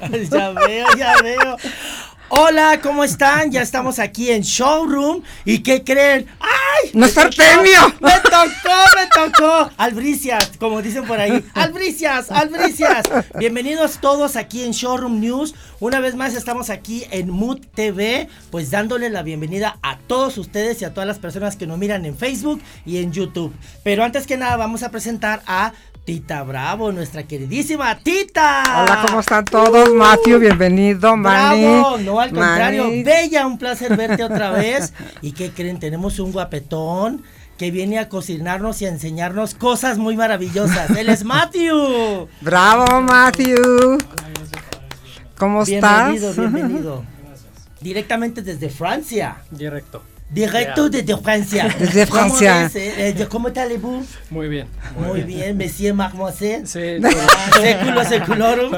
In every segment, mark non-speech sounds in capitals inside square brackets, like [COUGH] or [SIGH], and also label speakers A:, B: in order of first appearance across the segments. A: [LAUGHS] ya veo, ya veo. Hola, ¿cómo están? Ya estamos aquí en Showroom. ¿Y qué creen? ¡Ay!
B: ¡No
A: me
B: está
A: tocó,
B: Artemio!
A: ¡Me tocó, me tocó! Albricias, como dicen por ahí. ¡Albricias, albricias! Bienvenidos todos aquí en Showroom News. Una vez más estamos aquí en Mood TV, pues dándole la bienvenida a todos ustedes y a todas las personas que nos miran en Facebook y en YouTube. Pero antes que nada, vamos a presentar a Tita Bravo, nuestra queridísima Tita.
B: Hola, ¿cómo están todos? Matthew, bienvenido, Manny.
A: Ah. Uh. Bravo, no al contrario,
B: Manny.
A: bella, un placer verte otra vez. [LAUGHS] ¿Y qué creen? Tenemos un guapetón que viene a cocinarnos y a enseñarnos cosas muy maravillosas. Él es Matthew.
B: Bravo, Matthew. ¿Cómo estás?
A: Bienvenido, bienvenido. Directamente desde Francia.
C: Directo.
A: Directo desde Francia.
B: Desde
A: ¿Cómo
B: Francia.
A: ves, eh? Eh, ¿Cómo, está le vous?
C: Muy bien.
A: Muy bien, monsieur mademoiselle.
C: Sí,
A: Ah, Século seculorum.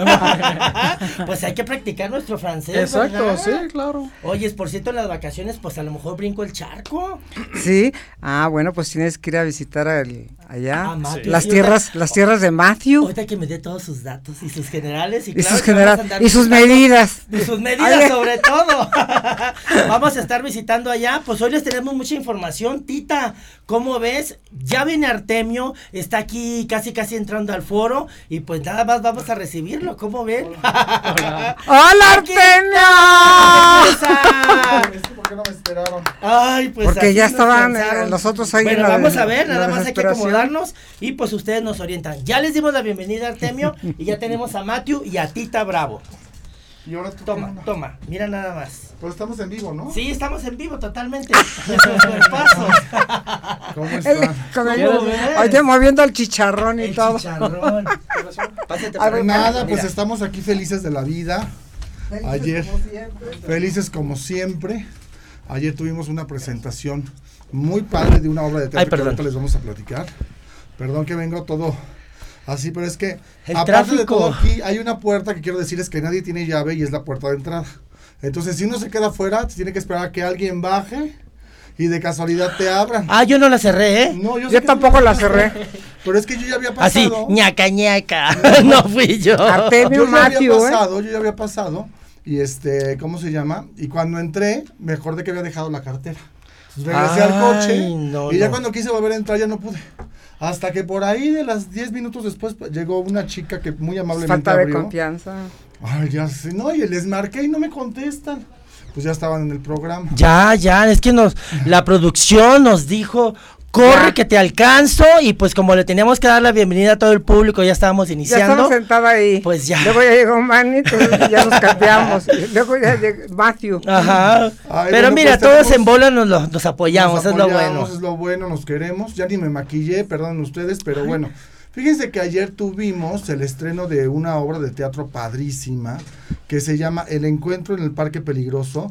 A: pues hay que practicar nuestro francés.
C: exacto,
A: ¿verdad?
C: sí, claro.
A: Oye, por cierto, en las vacaciones, pues a lo mejor brinco el charco.
B: [LAUGHS] Sí. Ah, bueno, pues tienes que ir a visitar al- allá.
A: A Ah, Matthew.
B: Las
A: Sí.
B: tierras, las tierras de Matthew
A: Ahorita que me dé todos sus datos y sus generales. Y,
B: y
A: claro
B: sus
A: que vamos a
B: generales
A: andar
B: y sus
A: visitando-
B: medidas.
A: Y sus medidas
B: Oye. [LAUGHS]
A: sobre todo. [LAUGHS] Vamos a estar visitando allá. Pues hoy les tenemos mucha información. Tita, ¿cómo ves? Ya viene Artemio, está aquí casi casi entrando al foro. Y pues nada más vamos a recibirlo. ¿Cómo ven?
B: [LAUGHS] ¡Hola,
A: Aquí.
B: Artemio!
A: ¡Sorpresa!
D: ¿Por qué no me esperaron?
A: Ay, pues
B: Porque
A: así
B: ya
A: nos
B: estaban, eh,
A: cansaron.
B: los otros ahí en
A: Bueno,
B: la
A: vamos
B: de-
A: a ver,
B: la
A: nada más hay que
B: desesperación.
A: acomodarnos y pues ustedes nos orientan. Ya les dimos la bienvenida a Artemio y ya tenemos a Matthew y a Tita Bravo.
D: Y ahora tú.
A: Toma,
D: ¿qué onda?
A: toma, mira nada más.
D: Pero estamos en vivo, ¿no?
A: Sí, estamos en vivo totalmente. Nuestros cuerpazos.
D: ¿Cómo
B: Él-
D: está?
B: con el-
A: ¿Cómo ves?
B: oye, moviendo el chicharrón y
A: El
B: todo.
A: chicharrón. Pásate
D: Ah,
A: para acá,
D: Nada, pues
A: mira.
D: estamos aquí felices de la vida. Ayer, felices como siempre. Ayer tuvimos una presentación muy padre de una obra de teatro
A: Ay,
D: que
A: perdón.
D: ahorita les vamos a platicar. Perdón que vengo todo así, pero es que
A: El
D: aparte de
A: tráfico.
D: todo aquí hay una puerta que quiero decir es que nadie tiene llave y es la puerta de entrada. Entonces, si uno se queda afuera, tiene que esperar a que alguien baje y de casualidad te abran.
A: Ah, yo no la cerré, ¿eh?
D: No, yo, sé
B: Yo
D: que-
B: tampoco la cerré.
D: Pero es que yo ya había
A: Así,
D: pasado.
A: ñaca, ñaca. [LAUGHS] No fui yo.
D: yo
B: Artemio
D: ya había
B: Matthew, ¿eh?
D: pasado, yo ya había pasado. Y este, ¿cómo se llama? Y cuando entré, me acordé que había dejado la cartera. Entonces, regresé
A: Ay,
D: al coche.
A: no,
D: y ya
A: no.
D: cuando quise volver a entrar, ya no pude. Hasta que por ahí de las 10 minutos después pues, llegó una chica que muy amablemente
B: Falta de
D: abrió.
B: confianza.
D: Ay, ya sé, no, y les marqué y no me contestan. Pues ya estaban en el programa.
A: Ya, ya, es que nos, la producción nos dijo, corre
B: Ya.
A: que te alcanzo y pues como le teníamos que dar la bienvenida a todo el público, ya estábamos
B: Ya estaba
A: iniciando.
B: sentada ahí.
A: Pues ya.
B: Luego ya llegó Manny, entonces ya nos cambiamos. [LAUGHS] Luego ya llegó Matthew.
A: Ajá.
D: Ay,
A: Pero
D: bueno,
A: mira,
D: pues
A: todos
D: tenemos-
A: en bola nos, lo- nos apoyamos,
D: Nos
A: es lo bueno.
D: apoyamos, es lo bueno, nos queremos. Ya ni me maquillé, perdón ustedes, pero bueno. Fíjense que ayer tuvimos el estreno de una obra de teatro padrísima que se llama El Encuentro en el Parque Peligroso,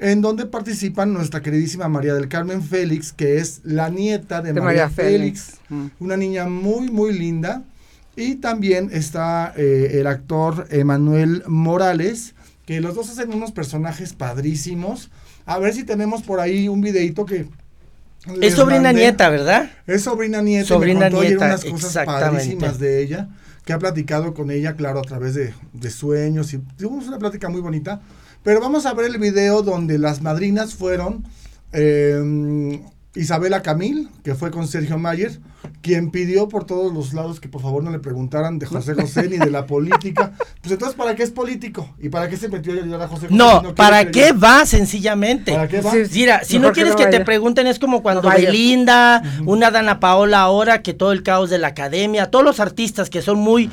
D: en donde participan nuestra queridísima María del Carmen Félix, que es la nieta de,
B: De
D: María,
B: María Félix.
D: Félix,
B: Mm.
D: una niña muy, muy linda. Y también está eh, el actor Emanuel Morales, que los dos hacen unos personajes padrísimos. A ver si tenemos por ahí un videito que... les
A: Es sobrina
D: mandé.
A: nieta, ¿verdad?
D: Es sobrina nieta. Sobrina
A: Sobrina
D: me contó ayer
A: nieta,
D: unas cosas
A: exactamente.
D: padrísimas de ella, que ha platicado con ella, claro, a través de, de sueños. Y tuvimos una plática muy bonita. Pero vamos a ver el video donde las madrinas fueron eh, Isabela Camil, que fue con Sergio Mayer, quien pidió por todos los lados que por favor no le preguntaran de José José ni de la política. Pues entonces, ¿para qué es político? ¿Y para qué se metió a ayudar a José José?
A: No,
D: quiere
A: ¿para
D: que
A: qué
D: le-
A: va sencillamente?
D: ¿Para qué va?
B: Sí,
A: Mira, si
B: Mejor
A: no quieres
B: no
A: que, te
B: vaya.
A: pregunten, es como cuando
B: No vaya.
A: Belinda, una Dana Paola ahora, que todo el caos de la academia, todos los artistas que son muy,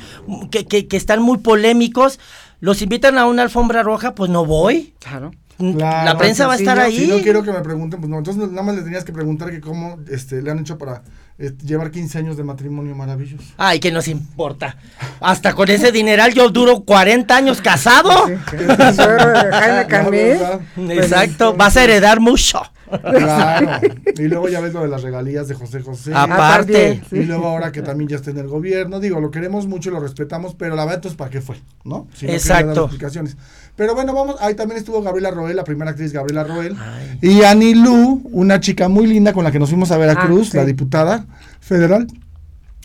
A: que, que- que están muy polémicos, los invitan a una alfombra roja, pues no voy.
B: Claro.
D: Claro,
A: la prensa va a estar ahí.
D: Si Ah, no quiero que me pregunten, pues no. Entonces nada más le tenías que preguntar que cómo este, le han hecho para eh, llevar 15 años de matrimonio maravilloso.
A: Ay, que nos importa. Hasta con ese dineral yo duro 40 años casado.
B: El suegro de Jaime
D: La
B: Camil.
D: verdad.
A: [LAUGHS] Exacto, vas a heredar mucho. [LAUGHS]
D: Claro. Y luego ya ves lo de las regalías de José José.
A: Ah, Aparte.
B: Aparte.
D: Y luego ahora que también ya está en el gobierno, digo, lo queremos mucho, lo respetamos, pero la verdad entonces para qué fue, ¿no? Si no quería dar
A: Exacto.
D: explicaciones. Pero bueno, vamos, ahí también estuvo Gabriela Roel, la primera actriz Gabriela Roel, y Annie Lu, una chica muy linda con la que nos fuimos a Veracruz,
B: Ah, sí.
D: la diputada federal.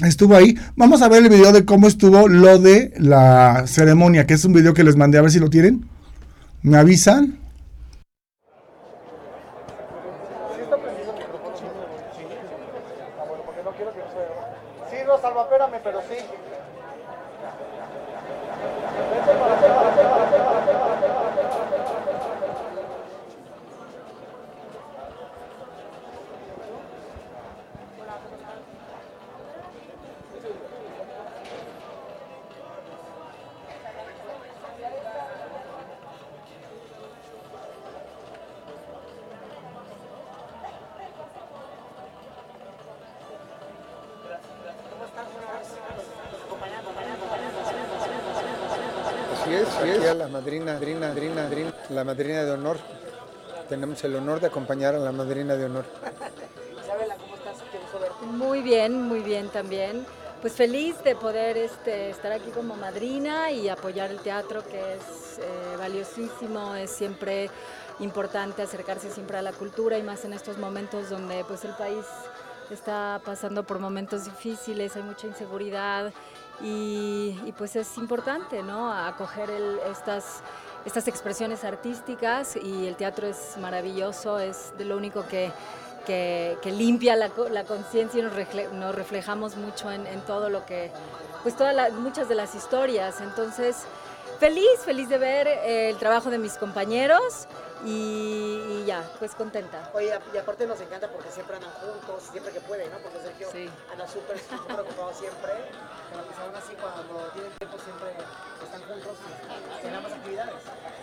D: estuvo ahí. Vamos a ver el video de cómo estuvo lo de la ceremonia, que es un video que les mandé a ver si lo tienen. Me avisan.
E: Sí, no, salva, espérame, pero sí.
F: Así es, así es. Aquí a la madrina, madrina, madrina, madrina, la madrina de honor. Tenemos el honor de acompañar a la madrina de honor.
G: Muy bien, muy bien también. Pues feliz de poder este, estar aquí como madrina y apoyar el teatro que es eh, valiosísimo, es siempre importante acercarse siempre a la cultura y más en estos momentos donde pues el país está pasando por momentos difíciles, hay mucha inseguridad y, y, pues es importante, ¿no? Acoger el- estas, estas expresiones artísticas y el teatro es maravilloso, es de lo único que, que, que limpia la, co- la conciencia y nos, refle- nos reflejamos mucho en, en todo lo que, pues todas las- muchas de las historias. Entonces, feliz, feliz de ver eh, el trabajo de mis compañeros y, y ya, pues contenta.
H: Oye, y aparte nos encanta porque siempre andan juntos, siempre que pueden, ¿no? Porque Sergio
G: Sí.
H: anda súper, súper ocupado siempre, pero pues aún así cuando tienen tiempo siempre están juntos y en ambas actividades.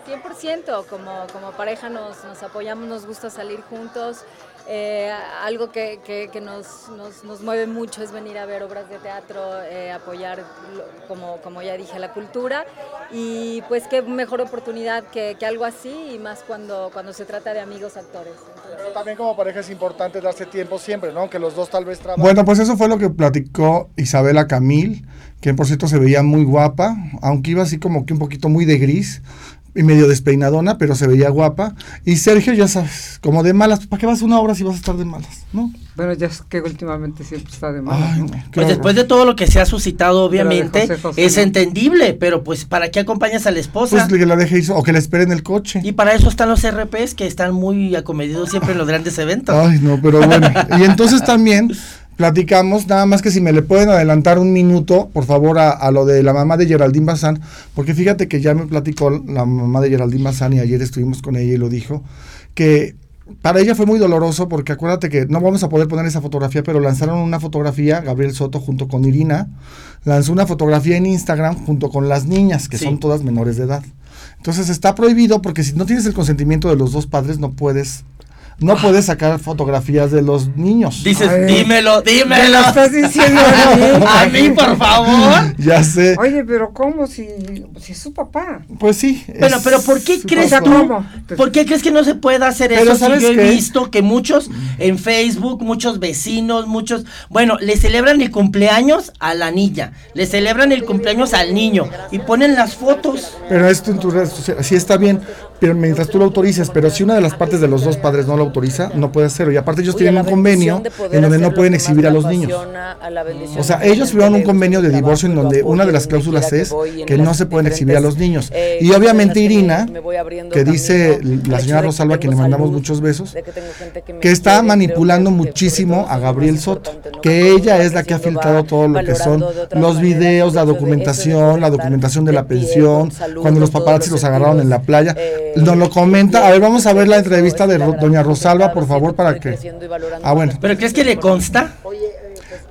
G: 100%, como, como pareja nos, nos apoyamos, nos gusta salir juntos. Eh, algo que, que- que nos, nos- nos mueve mucho es venir a ver obras de teatro, eh, apoyar, lo- como, como ya dije, la cultura. Y pues qué mejor oportunidad que, que algo así, y más cuando, cuando se trata de amigos actores. Entonces,
F: Pero también como pareja es importante darse tiempo siempre, ¿no? Aunque los dos tal vez trabajen.
D: Bueno, pues eso fue lo que platicó Isabela Camil, quien por cierto se veía muy guapa, aunque iba así como que un poquito muy de gris y medio despeinadona, pero se veía guapa. Y Sergio, ya sabes, como de malas, ¿para qué vas a una obra si vas a estar de malas? ¿No?
B: Bueno, ya es que últimamente siempre está de moda.
D: Ay,
B: ¿no?
D: no, qué
A: Pues
D: horror.
A: después de todo lo que se ha suscitado,
B: Pero de
A: obviamente,
B: José José,
A: es
B: ¿no?
A: entendible, pero pues ¿para qué acompañas a la esposa?
D: Pues que la deje hizo, o que la espere en el coche.
A: y para eso están los RPs que están muy acomedidos siempre en los grandes eventos.
D: Ay, no, pero bueno. Y entonces también platicamos, nada más que si me le pueden adelantar un minuto, por favor, a, a lo de la mamá de Geraldine Bazán, porque fíjate que ya me platicó la mamá de Geraldine Bazán y ayer estuvimos con ella y lo dijo, que para ella fue muy doloroso porque acuérdate que no vamos a poder poner esa fotografía, pero lanzaron una fotografía, Gabriel Soto junto con Irina, lanzó una fotografía en Instagram junto con las niñas, que
A: Sí.
D: son todas menores de edad. Entonces está prohibido porque si no tienes el consentimiento de los dos padres no puedes no puedes sacar fotografías de los niños.
A: Ah. Dices,
B: Ay.
A: dímelo,
B: Me lo
A: dímelo.
B: estás diciendo a mí.
A: [LAUGHS] a mí, por favor.
D: Ya sé.
B: Oye, pero ¿cómo si, si es su papá?
D: Pues sí.
A: Bueno,
D: es-
A: pero ¿por qué
D: sí,
A: crees
B: papá.
A: tú?
B: ¿Cómo?
A: ¿Por qué crees que no se puede hacer
D: Pero
A: eso? Si
D: ¿sabes
A: yo he
D: qué?
A: visto que muchos en Facebook, muchos vecinos, muchos, bueno, le celebran el cumpleaños a la niña, le celebran el cumpleaños al niño y ponen las fotos.
D: Pero esto en tus redes sociales, sí está bien, pero mientras tú lo autorices, pero si una de las partes de los dos padres no lo autoriza, no puede hacerlo. Y aparte ellos
I: Uy,
D: tienen
I: a
D: un
I: la
D: convenio
I: bendición de poder
D: en donde no
I: hacer lo
D: pueden
I: que más
D: exhibir a
I: me
D: los niños.
I: apasiona, a la bendición
D: O sea,
I: que
D: ellos
I: tener
D: firmaron un
I: poder,
D: convenio de
I: trabajo,
D: divorcio en
I: lo
D: donde
I: apoyo
D: una de las
I: donde
D: cláusulas
I: quiera
D: es
I: voy, en
D: que no
I: las
D: se pueden exhibir a los niños.
I: diferentes,
D: Y
I: eh,
D: obviamente
I: cosas en las
D: Irina,
I: me voy abriendo
D: que dice
I: camino,
D: la
I: hecho
D: señora
I: de que
D: Rosalba, que
I: tengo
D: le mandamos
I: salud,
D: muchos besos,
I: de que tengo gente me
D: que está
I: quiere, creo
D: manipulando
I: que- que sobre
D: muchísimo
I: todo
D: a
I: eso
D: Gabriel
I: es
D: Sot,
I: importante, ¿no?
D: que
I: Como
D: ella
I: uno
D: es la que ha
I: siendo va
D: filtrado todo lo que son
I: valorando de otras
D: los
I: maneras,
D: videos, la
I: eso de- eso de
D: documentación, la
I: estar
D: documentación de la
I: de pie,
D: pensión,
I: con salud,
D: cuando los
I: con todos
D: paparazzi
I: los
D: los agarraron en la
I: sentidos,
D: playa.
I: eh,
D: Nos lo comenta. A ver, vamos a ver la entrevista de
I: es la
D: Ro-
I: gran
D: doña
I: cosa que
D: Rosalba,
I: cada
D: por
I: vez
D: favor,
I: siento
D: para
I: estoy
D: que...
I: creciendo y valorando
D: Ah, bueno.
I: más las
A: ¿Pero crees que le consta?
H: Oye, eh,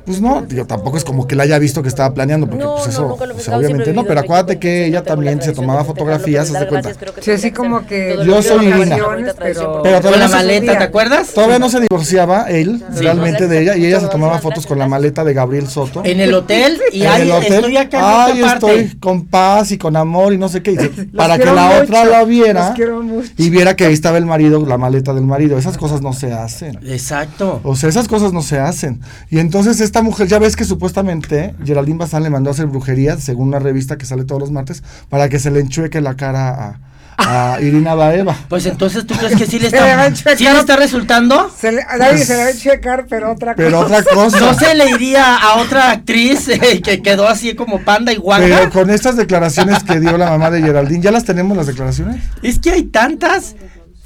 H: pues
D: Pues no, digo, tampoco es como que la haya visto que estaba planeando, porque
I: No,
D: pues
I: no,
D: eso,
I: nunca lo he
D: o sea,
I: pensado,
D: obviamente
I: siempre he
D: no,
I: vivido
D: pero
I: en
D: acuérdate
I: México, entonces no
D: que ella
I: tengo la
D: también se
I: tradición
D: tomaba
I: de festejarlo, pero
D: fotografías, haz de
I: dar
D: cuenta.
I: gracias creo que
B: Sí, así
I: tendría que
B: como
I: ser
B: que
I: todos los
D: yo
I: días
D: soy
I: una
D: Irina.
I: bonita tradición,
B: Pero-
I: porque
D: Pero
A: Con
D: todavía
A: la
D: no se
A: maleta,
B: podía.
A: ¿te acuerdas?
D: Todavía no se divorciaba él
A: Sí.
D: realmente de ella y ella se tomaba fotos con la maleta de Gabriel Soto.
A: En el hotel y
D: en
A: ahí
D: el hotel.
A: estoy acá en
D: Ay,
A: otra parte.
D: estoy con paz y con amor y no sé qué. y dice,
B: [LAUGHS] Los
D: para que
B: quiero
D: la
B: mucho,
D: otra la viera
B: los quiero mucho.
D: y viera que ahí estaba el marido, la maleta del marido. Esas cosas no se hacen.
A: Exacto.
D: O sea, esas cosas no se hacen. Y entonces esta mujer, ya ves que supuestamente Geraldine Bazán le mandó a hacer brujería, según una revista que sale todos los martes, para que se le enchueque la cara a,
A: [LAUGHS]
D: a Irina Baeva.
A: Pues entonces, ¿tú crees que
D: [LAUGHS]
A: sí le
B: Se le va
A: está,
B: a enchecar.
A: sí le está resultando? Pues,
B: Se le, a nadie se le va a checar, pero otra
D: Pero
B: cosa.
D: otra cosa.
A: ¿No se le iría a otra actriz eh, que quedó así como panda y guanga?
D: Pero con estas declaraciones que dio la mamá de Geraldine, ¿ya las tenemos las declaraciones?
A: Es que hay tantas.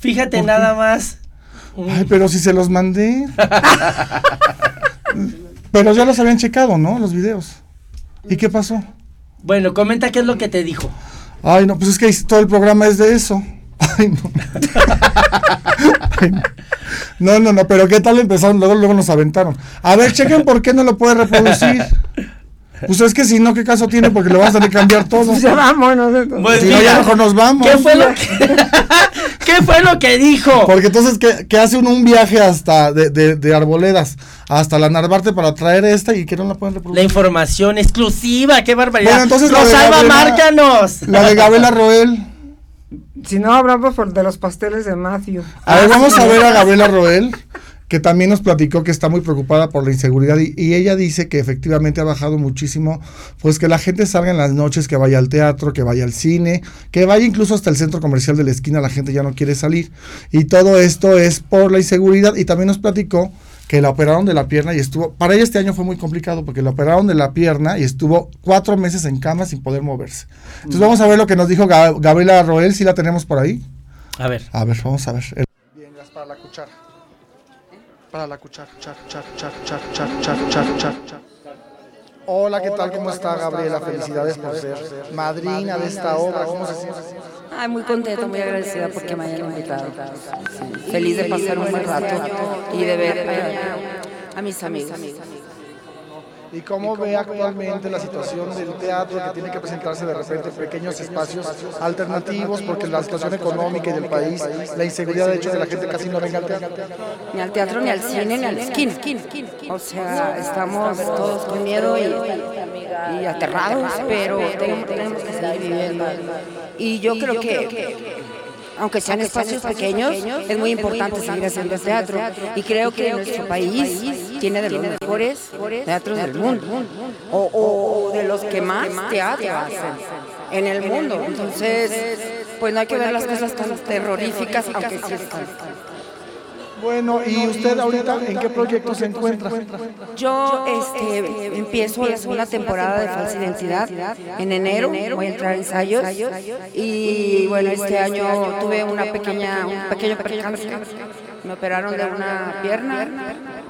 A: Fíjate nada más. Mm.
D: Ay, pero si se los
A: [LAUGHS]
D: mandé. pero ya los habían checado, ¿no? Los videos. ¿Y qué pasó?
A: Bueno, comenta qué es lo que te dijo.
D: Ay, no, pues es que todo el programa es de eso. [LAUGHS] Ay, no. Ay, no. no, no, no, pero ¿qué tal empezaron? Luego, luego nos aventaron. A ver, chequen por qué no lo puede reproducir. Pues es que si no, ¿qué caso tiene? Porque lo vas a tener que cambiar todo.
B: Pues ya vámonos. entonces.
A: Pues
D: Si no,
A: mira,
D: ya mejor nos vamos.
A: ¿Qué fue lo que, [LAUGHS] ¿qué fue lo que dijo?
D: Porque entonces, ¿qué, qué hace uno un viaje hasta de, de- de arboledas hasta la Narvarte para traer esta y que no la pueden
A: La
D: reproducir?
A: información exclusiva, qué barbaridad.
D: Bueno, entonces la
A: Lo
D: de
A: salva,
D: Gabriela-
A: márcanos.
D: La de Gabriela Roel.
B: Si no, hablamos por- de los pasteles de Matthew.
D: A ver, vamos a
B: Ah.
D: ver a Gabriela Roel, que también nos platicó que está muy preocupada por la inseguridad y, y ella dice que efectivamente ha bajado muchísimo, pues que la gente salga en las noches, que vaya al teatro, que vaya al cine, que vaya incluso hasta el centro comercial de la esquina, la gente ya no quiere salir. Y todo esto es por la inseguridad y también nos platicó que la operaron de la pierna y estuvo, para ella este año fue muy complicado porque la operaron de la pierna y estuvo cuatro meses en cama sin poder moverse. Entonces vamos a ver lo que nos dijo Ga- Gabriela Roel, si la tenemos por ahí.
A: A ver.
D: A ver, vamos a ver. El-
J: Bien, las para la cuchara. Para la cuchara, char, char, char, char, char, char, char, char, char.
D: Hola, ¿qué tal? ¿Cómo está, Gabriela? Felicidades por ser madrina de esta obra. ¿Cómo se siente?
H: Ay, muy contenta, muy agradecida porque me hayan invitado. Sí. Feliz de pasar un buen rato y de ver eh, a mis amigos.
D: ¿Y cómo ve actualmente la situación del teatro que tiene que presentarse de repente en pequeños espacios alternativos porque la situación económica y del país, la inseguridad de hecho de la gente casi no venga al teatro?
H: Ni al teatro, ni al cine, ni al skin. O sea, estamos todos con miedo y, y aterrados, pero tengo- tenemos que seguir viviendo. Y yo creo que, aunque sean espacios pequeños, es muy importante seguir haciendo teatro. Y creo que nuestro país tiene de los mejores teatros del mundo, o, o- o de los que más teatro hacen en el mundo. Entonces, pues no hay que ver las cosas tan terroríficas, aunque sí están.
D: Bueno, ¿y usted ahorita en qué proyecto se encuentra?
H: Yo este, empiezo la segunda temporada de Falsa Identidad en enero, voy a entrar a ensayos y bueno, este año tuve una pequeña, un pequeño percance, me operaron de una pierna,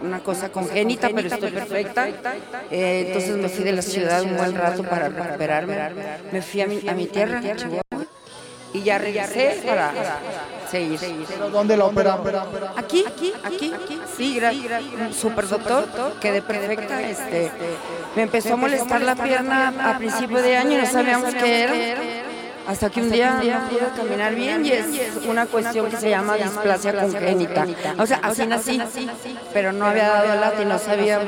H: una cosa congénita, pero estoy perfecta, Eh, entonces me fui de la ciudad un buen rato para recuperarme, me fui a mi, a mi tierra, Chihuahua, y ya regresé para seguir.
D: ¿Dónde la opera?
H: Aquí, aquí, aquí, sí, gracias. Super doctor, quedé perfecta. Este, me empezó a molestar la pierna a principio de año, no sabíamos qué era. Hasta que un día no pude caminar bien y es una cuestión que se llama displasia congénita. O sea, así nací, pero no había dado el lata y no sabíamos.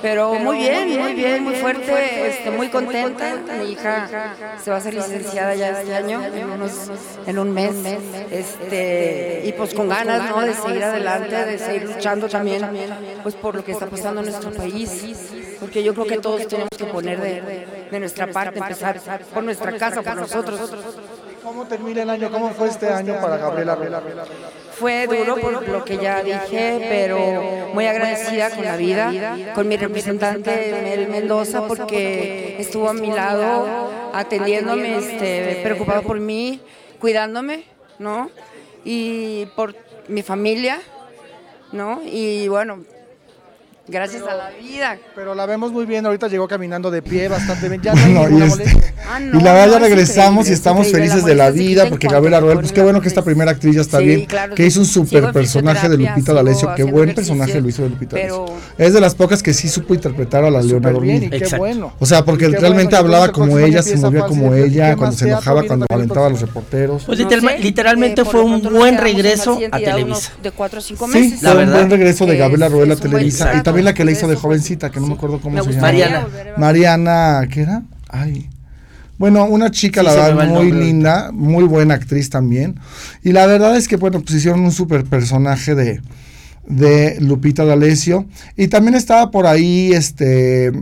H: Pero muy bien, muy bien, muy fuerte, este, muy contenta. Mi hija se va a ser licenciada ya este año, en, unos- en un mes. Este, y pues con ganas, ¿no? De seguir adelante, de seguir luchando también, pues por lo que está pasando en nuestro país. Porque yo creo que todos tenemos que poner de, de nuestra parte, empezar por nuestra casa, por nosotros.
D: ¿Cómo termina el año? ¿Cómo fue este año para Gabriela Roel?
H: Fue duro por lo que ya dije, pero muy agradecida con la vida, con mi representante Mel Mendoza, porque estuvo a mi lado atendiéndome, este, preocupado por mí, cuidándome, ¿no? Y por mi familia, ¿no? Y bueno, gracias a la vida.
D: Pero la vemos muy bien, ahorita llegó caminando de pie bastante bien. Ya
F: No, y, este-
H: Ah,
F: y
H: no,
F: la verdad
H: no,
F: ya
H: es
F: regresamos
H: increíble,
F: y estamos
H: es
F: felices
H: increíble.
F: de la
H: La muerte se
F: vida
H: quita en
F: porque
H: cuanto
F: Gabriela Roel,
H: pone
F: pues qué
H: la
F: bueno que esta
H: actriz.
F: primera actriz ya está
H: Sí,
F: bien,
H: claro,
F: que hizo un
H: sigo
F: súper
H: en
F: personaje de
H: fisioterapia,
F: Lupita D'Alessio,
H: sigo
F: qué
H: haciendo
F: buen personaje lo hizo de
H: ejercicio,
F: Lupita D'Alessio.
H: pero-
F: Es de las pocas que sí supo interpretar a la Leona
D: bien,
F: Dormida.
D: y qué
A: Exacto.
D: bueno.
F: O sea, porque
D: Y qué
F: realmente
D: bueno,
F: hablaba
D: entonces el
F: como
D: próximo año
F: ella, se
D: empieza
F: movía
D: Falsa
F: como
D: Identidad. ¿Qué
F: ella, cuando
D: más
F: se
D: teatro
F: enojaba,
D: viene
F: cuando
D: para el
F: aventaba a los
D: próximo?
F: reporteros.
A: Pues
H: No
A: literal-
H: sé,
A: literalmente
H: eh, por
A: fue
H: lo
A: un
H: pronto nos
A: buen
H: quedamos en
A: regreso
H: Falsa
A: a
H: Identidad
A: Televisa.
H: unos De cuatro o cinco
F: Sí,
H: meses.
F: fue
A: La
F: un
A: verdad.
F: buen regreso de
H: Es-
F: Gabriela Roel a
H: es un buen
F: Televisa. Y
H: trato.
F: también la que la hizo de
H: Regreso.
F: jovencita, que no me acuerdo cómo
H: Me
F: se
H: gustaría
F: llama.
A: Mariana.
H: volver a-
F: Mariana, ¿qué era? Ay. Bueno, una chica,
A: Sí,
F: la
A: se me
F: verdad,
A: va el
F: muy
A: nombre
F: linda, muy buena actriz también. Y la verdad es que, bueno, pues hicieron un super personaje de, de Lupita D'Alessio. Y también estaba por ahí, este,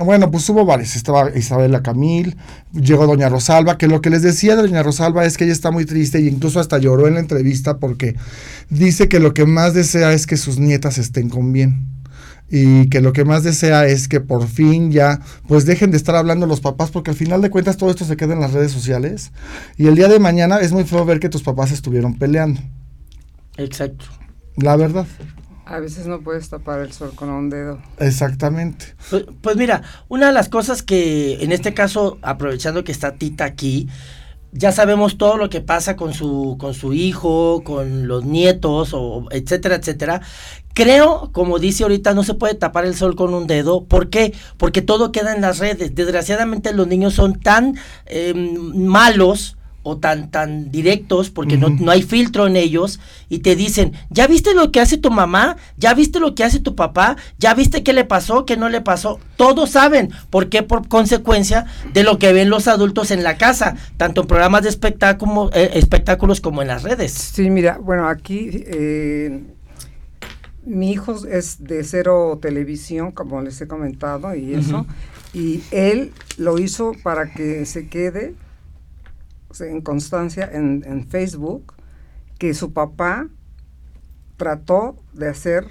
D: Bueno, pues hubo varias. Estaba Isabela Camil, llegó Doña Rosalba, que lo que les decía de Doña Rosalba es que ella está muy triste y incluso hasta lloró en la entrevista porque dice que lo que más desea es que sus nietas estén con bien. Y que lo que más desea es que por fin ya, pues dejen de estar hablando los papás, porque al final de cuentas todo esto se queda en las redes sociales. Y el día de mañana es muy feo ver que tus papás estuvieron peleando.
A: Exacto.
D: La verdad.
B: A veces no puedes tapar el sol con un dedo.
D: Exactamente.
A: Pues, pues mira, una de las cosas que en este caso, aprovechando que está Tita aquí, ya sabemos todo lo que pasa con su, con su hijo, con los nietos, o etcétera, etcétera. Creo, como dice ahorita, no se puede tapar el sol con un dedo. ¿Por qué? Porque todo queda en las redes. Desgraciadamente los niños son tan eh, malos o tan tan directos porque no, no hay filtro en ellos y te dicen, ¿ya viste lo que hace tu mamá? ¿Ya viste lo que hace tu papá? ¿Ya viste qué le pasó? ¿Qué no le pasó? Todos saben, porque por consecuencia de lo que ven los adultos en la casa, tanto en programas de espectáculo, eh, espectáculos como en las redes.
B: Sí, mira, bueno, aquí eh, mi hijo es de cero televisión, como les he comentado, y eso,
A: Ujú.
B: y él lo hizo para que se quede o sea, en constancia en, en Facebook que su papá trató de hacer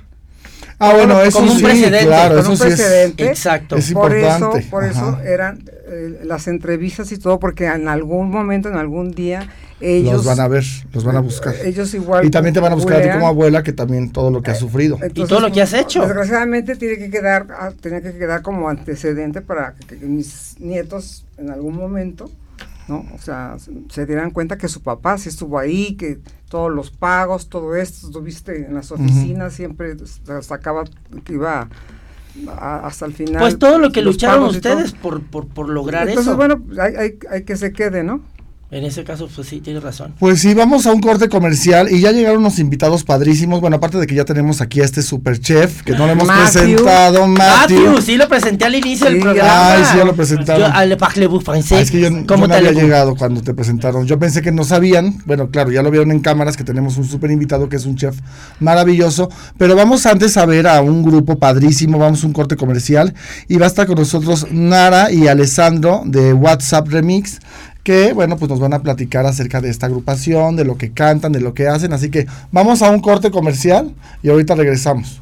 D: Ah, bueno, eso
A: como un
D: sí,
A: precedente,
D: claro,
B: con
D: eso
B: un
D: sí es-
B: precedente.
A: Exacto.
D: Es
B: por
D: importante.
B: eso, por eso
D: Ajá.
B: eran eh, las entrevistas y todo, porque en algún momento, en algún día, ellos
D: los van a ver, los van a buscar.
B: Ellos igual. Eh,
D: y también te van a buscar a ti
B: bulean.
D: como abuela, que también todo lo que has sufrido.
B: Entonces,
A: todo lo que has hecho.
B: Desgraciadamente tiene que quedar, ah, tenía que quedar como antecedente para que, que mis nietos en algún momento, ¿no? O sea, se- se dieran cuenta que su papá sí estuvo ahí, que todos los pagos, todo esto, estuviste en las oficinas, siempre s- sacaba, que iba a- hasta el final.
A: Pues todo lo que
B: los
A: lucharon
B: pagos y todo.
A: ustedes por, por, por lograr
B: Entonces,
A: eso.
B: bueno, pues, hay, hay- hay que se quede, ¿no?
A: En ese caso, pues sí, tienes
B: [LAUGHS]
A: razón.
D: Pues sí, vamos a un corte comercial y ya llegaron unos invitados padrísimos. Bueno, aparte de que ya tenemos aquí a este super chef que no lo hemos
B: Matthew.
D: presentado, Matthew.
A: Matthew, sí lo presenté al inicio del
B: Sí,
A: programa.
D: Ay, sí, ya lo presentaron.
A: Yo, al Parle vous
D: Ah,
A: français.
D: es que yo, yo
A: ¿Cómo
D: no
A: te
D: había
A: le-
D: llegado cuando te presentaron. Yo pensé que no sabían. Bueno, claro, ya lo vieron en cámaras que tenemos un súper invitado que es un chef maravilloso. Pero vamos antes a ver a un grupo padrísimo. Vamos a un corte comercial. Y va a estar con nosotros Nara y Alessandro de WhatsApp Remix. Que bueno, pues nos van a platicar acerca de esta agrupación, de lo que cantan, de lo que hacen. Así que vamos a un corte comercial y ahorita regresamos.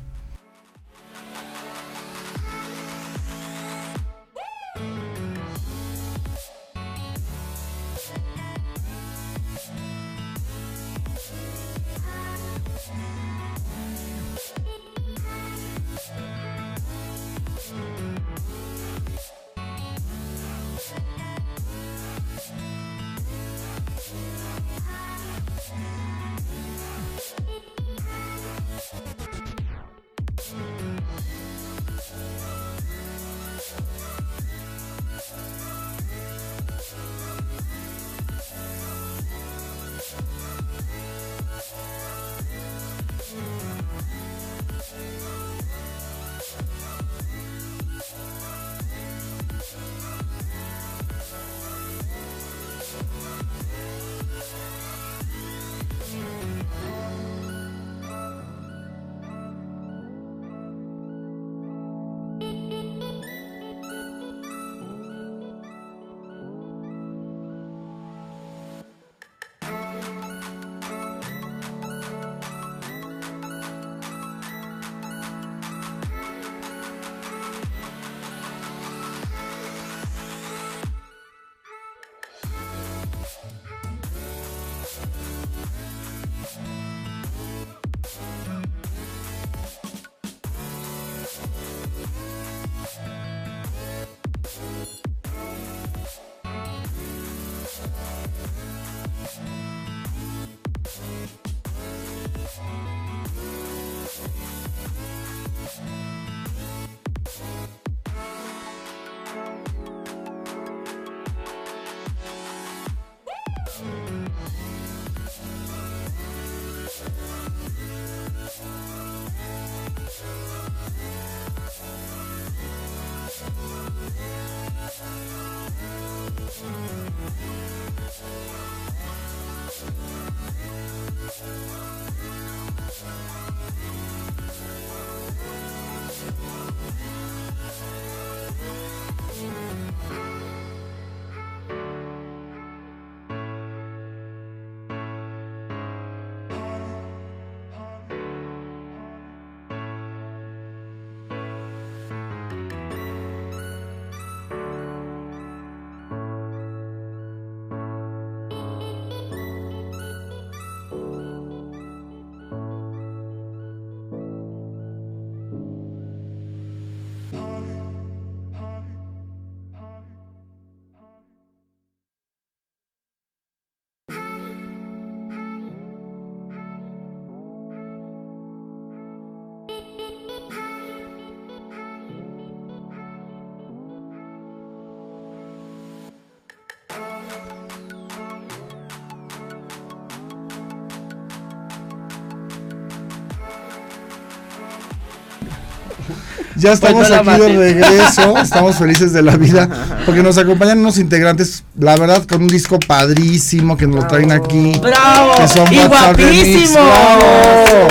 D: Ya estamos
K: la
D: aquí de
K: mates.
D: regreso, estamos felices de la vida, porque nos acompañan unos integrantes, la verdad, con un disco padrísimo que nos lo traen aquí.
A: ¡Bravo!
D: Que son
A: ¡Y
D: WhatsApp Remix.
A: guapísimos!
D: ¡Bravo!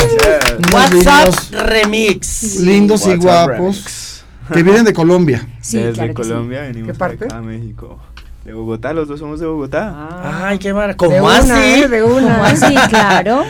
D: Unos
A: WhatsApp
D: lindos,
A: Remix.
D: Lindos y
K: WhatsApp
D: guapos, que vienen de Colombia.
K: Desde Colombia venimos
B: ¿Qué parte?
K: acá a México. De Bogotá, los dos somos de Bogotá.
A: Ay, qué maravilla.
K: Ah. De
A: ¿Cómo
K: una,
A: así?
K: ¿eh? De una.
A: ¿Cómo así?
L: claro.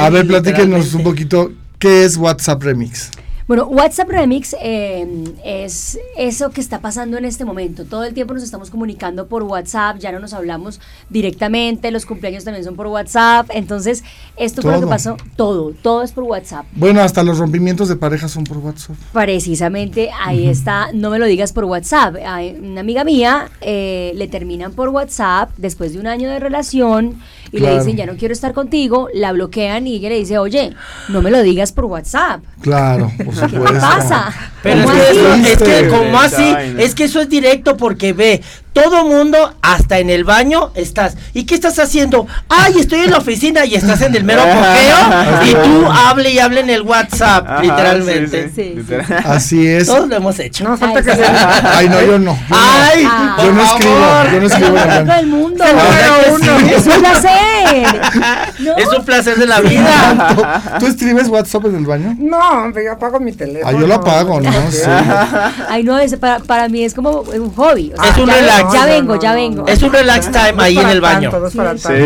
D: A ver, platíquenos un poquito, ¿qué es WhatsApp Remix?
L: Bueno, WhatsApp Remix eh, es eso que está pasando en este momento. Todo el tiempo nos estamos comunicando por WhatsApp, ya no nos hablamos directamente, los cumpleaños también son por WhatsApp. Entonces, esto fue lo que
D: Todo.
L: pasó, todo, todo es por WhatsApp.
D: Bueno, hasta los rompimientos de pareja son por WhatsApp.
L: Precisamente ahí
D: Ujú.
L: está, no me lo digas por WhatsApp. Hay Una amiga mía eh, le terminan por WhatsApp después de un año de relación y
D: Claro.
L: le dicen, ya no quiero estar contigo, la bloquean y ella le dice, oye, no me lo digas por WhatsApp.
D: Claro, por
L: ¿Qué
D: supuesto.
L: te pasa?
A: Pero es
L: ¿Cómo
A: que,
L: así?
A: eso, es
K: Este
A: que
D: Triste.
A: como así,
D: Vaina.
A: es que eso es directo porque ve, todo mundo, hasta en el baño, estás. ¿Y qué estás haciendo? Ay, estoy en la oficina y estás en el mero
K: Ajá.
A: coqueo y tú hable y hable en el WhatsApp,
K: Ajá,
A: literalmente.
K: sí, sí, literal.
D: Así es.
A: Todos lo hemos hecho. No,
B: falta
A: que
D: Ay, no, yo no.
A: Ay,
D: Yo no escribo, yo no escribo. la
L: Ah. Todo
D: verdad.
L: el mundo.
A: Se lo
D: Ah,
A: veo uno.
L: Es un placer.
A: Es un placer de la
D: Sí,
A: vida.
D: tanto. ¿Tú escribes WhatsApp en el baño?
B: No, hombre, yo apago mi teléfono.
D: Ah, yo lo apago,
L: [LAUGHS]
D: ¿no? Sí.
B: [LAUGHS]
L: Ay, no, es- para, para mí es como un hobby. o sea,
B: Ah,
A: Es un
L: Ah, ya,
A: relax.
L: Ya vengo, ya vengo.
A: Es un relax time ahí en el baño.
D: No es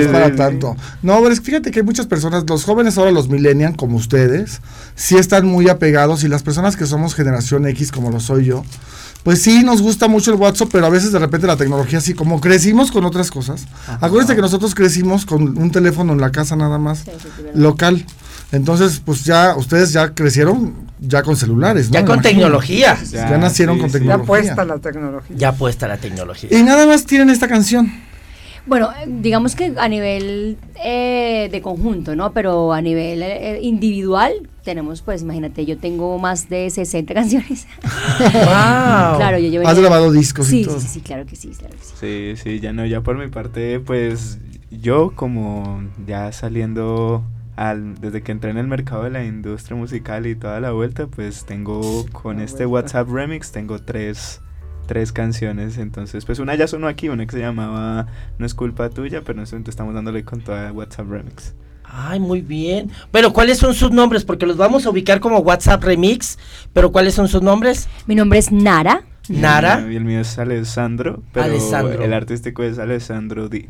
D: para tanto. No, pero es que fíjate que hay muchas personas, los jóvenes ahora, los millennials como ustedes, sí están muy apegados y las personas que somos generación X como lo soy yo, pues sí nos gusta mucho el WhatsApp, pero a veces de repente la tecnología, así como crecimos con otras cosas. Acuérdense que nosotros crecimos con un teléfono en la casa nada más, local. Entonces, pues ya ustedes ya crecieron ya con celulares, ¿no?
A: Ya
D: Me
A: con
D: imagino.
A: tecnología.
D: Ya, nacieron con
B: Ya
D: tecnología.
B: puesta la tecnología.
A: Ya puesta la tecnología.
D: Y nada más tienen esta canción.
L: Bueno, eh, digamos que a nivel eh, de conjunto, ¿no? Pero a nivel eh, individual tenemos, pues, imagínate, yo tengo más de 60 [LAUGHS] canciones. Claro, yo llevo...
D: Has grabado discos y
L: Sí,
D: todo.
L: sí, sí, claro que sí, claro que sí.
K: Sí, sí, ya no, ya por mi parte, pues yo como ya saliendo al, desde que entré en el mercado de la industria musical y toda la vuelta, pues tengo con este WhatsApp Remix, tengo tres, tres canciones, entonces pues una ya sonó aquí, una que se llamaba No es culpa tuya, pero en este momento estamos dándole con toda WhatsApp Remix.
A: Ay, muy bien. Pero, ¿cuáles son sus nombres? Porque los vamos a ubicar como WhatsApp Remix. Pero, ¿cuáles son sus nombres?
L: Mi nombre es Nara.
A: Nara.
K: Y el mío es Alessandro, pero
A: Alessandro.
K: el artístico es Alessandro D.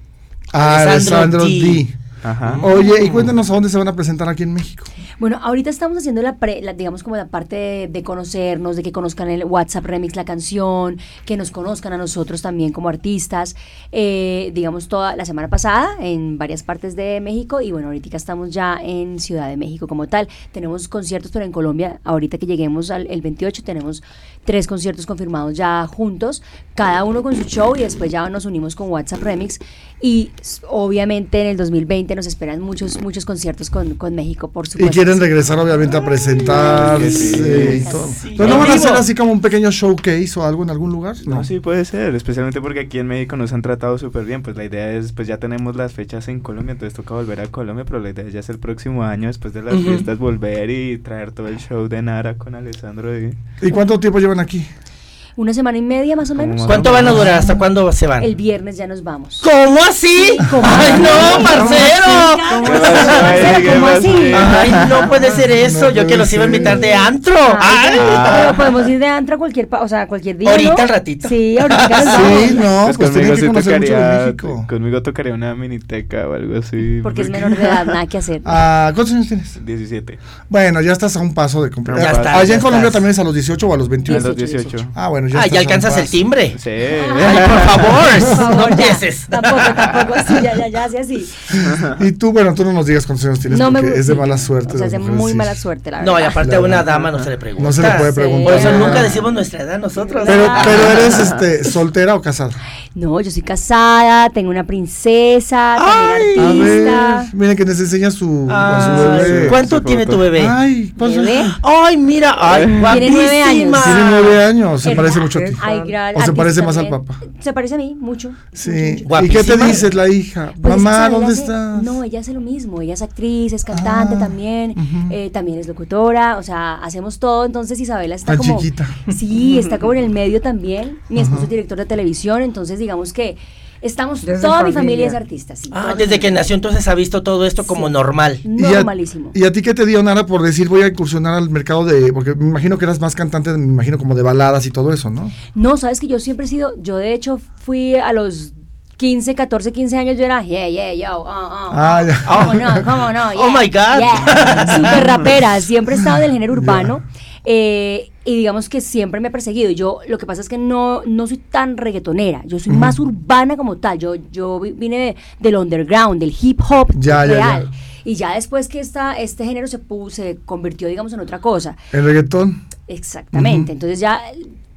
D: Ah,
K: Alessandro
D: Alessandro
K: D.
D: D.
K: Ajá.
D: Oye, y cuéntanos a dónde se van a presentar aquí en México.
L: Bueno, ahorita estamos haciendo la, pre- la- digamos como la parte de, de conocernos, de que conozcan el WhatsApp Remix, la canción, que nos conozcan a nosotros también como artistas. Eh, digamos toda la semana pasada en varias partes de México y bueno, ahorita estamos ya en Ciudad de México como tal. Tenemos conciertos, pero en Colombia, ahorita que lleguemos al el 28, tenemos tres conciertos confirmados ya juntos, cada uno con su show y después ya nos unimos con WhatsApp Remix y s- obviamente en el 2020 nos esperan muchos, muchos conciertos con, con México, por
D: Y
L: supuesto.
D: quieren regresar, obviamente, a presentarse y todo. Pero no van a hacer así como un pequeño showcase o algo en algún lugar.
K: No,
D: No.
K: sí puede ser, especialmente porque aquí en México nos han tratado súper bien, pues la idea es, pues ya tenemos las fechas en Colombia, entonces toca volver a Colombia, pero la idea ya es el próximo año, después de las
A: Ujú.
K: fiestas, volver y traer todo el show de Nara con Alessandro. Y...
D: ¿Y cuánto tiempo llevan aquí?
L: Una semana y media más o menos.
A: ¿Cuánto van a durar? ¿Hasta cuándo se van? ¿Ah,
L: El viernes ya nos vamos.
A: ¿Cómo así? ¡Ay, no, Marcelo!
L: Marcelo, ¿cómo así?
A: Ay, no puede ser eso. Yo que los iba a invitar de antro. Ay,
L: Pero podemos ir de antro a cualquier, pa- o sea, a cualquier día.
A: Ah. Ahorita
L: ¿no?
A: al ratito.
L: Sí,
A: [LAUGHS]
L: ahorita nos vamos.
D: Sí, no, pues, tienen que
K: sí
D: conocer mucho de
K: tocaría-
D: México.
K: Conmigo tocaría una miniteca o algo así.
L: Porque es menor de edad, nada que hacer.
D: Ah, ¿Cuántos años tienes?
K: 17.
D: Bueno, ya estás a un paso de comprar.
K: Ya
D: Ah,
K: estás,
D: Allá
K: ya
D: en Colombia
K: estás.
D: también es a los 18 o a los 21.
K: A los 18.
D: Ah, bueno, ya.
A: Ah,
D: estás
A: ya
D: a un
A: alcanzas el
D: paso.
A: timbre.
K: Sí.
A: Ay, por favor,
D: [LAUGHS]
A: no
L: ya.
A: empieces.
L: Tampoco, tampoco así, ya, ya, ya, así, así.
D: Y tú, bueno, tú no nos digas cuántos años tienes
L: No me
D: porque
L: gu-
D: es de mala
L: O
D: suerte.
L: sea,
D: las
L: es de
D: mujeres
L: muy
D: decir.
L: mala suerte, la verdad.
A: No, y aparte a una dama no se le pregunta.
D: No se le puede preguntar.
A: Por eso nunca decimos nuestra edad nosotros.
D: Pero,
L: Ah.
D: pero eres este, soltera o casada.
L: No, yo soy casada, tengo una princesa,
D: A
L: también
D: ver,
L: artista.
D: miren que les enseña su, a su
A: Ay,
D: bebé.
A: ¿Cuánto tiene tu bebé?
D: Ay,
L: Bebé.
A: Ay, mira, ay,
L: Tiene nueve
A: guapísima.
L: años.
D: Tiene nueve años, se parece mucho a ti.
L: Ay, gra-
D: ¿O
L: a
D: se
L: ti
D: parece más al
L: también.
D: papá?
L: Se parece a mí, mucho.
D: Sí. ¿Y qué te dices la hija?
L: Pues es que,
D: Mamá,
L: ¿sabe? Ella
D: ¿dónde
L: hace-
D: estás? Ah,
L: No, ella hace lo mismo. Ella es actriz, es cantante también, eh, también es locutora. O sea, hacemos todo. Entonces Isabela está
D: Tan
L: como.
D: chiquita.
L: Sí, está como en el medio también. Mi esposo
A: Ajá.
L: es director de televisión. Entonces, digamos que estamos.
A: Desde
L: toda mi familia
A: familia.
L: es artista. Sí,
A: Ah,
L: toda mi
A: desde que nació entonces ha visto todo esto como normal.
L: familia.
D: Y a-
L: Normalísimo.
D: ¿Y a ti qué te dio, Nara, por decir voy a incursionar al mercado de.? Porque me imagino que eras más cantante, me imagino como de baladas y todo eso, ¿no?
L: No, sabes que yo siempre he sido, yo de hecho fui a los 15, 14, 15 años, yo era, yeah, yeah, yo, uh, uh,
D: Ah, ya.
L: ¿Cómo no? [LAUGHS] ¿Cómo no?
A: Oh, my God. [LAUGHS]
L: yeah". Súper rapera, siempre he estado del género urbano. eh, y digamos que siempre me he perseguido. Yo, lo que pasa es que no, no soy tan reggaetonera. Yo soy
G: Ujú.
L: más urbana como tal. Yo, yo vi- vine de- del underground, del hip hop
D: Ya, ya,
L: real. Y ya después que esta, este género se, pu- se convirtió, digamos, en otra cosa.
D: El reggaetón.
L: Exactamente.
D: Ujú.
L: Entonces ya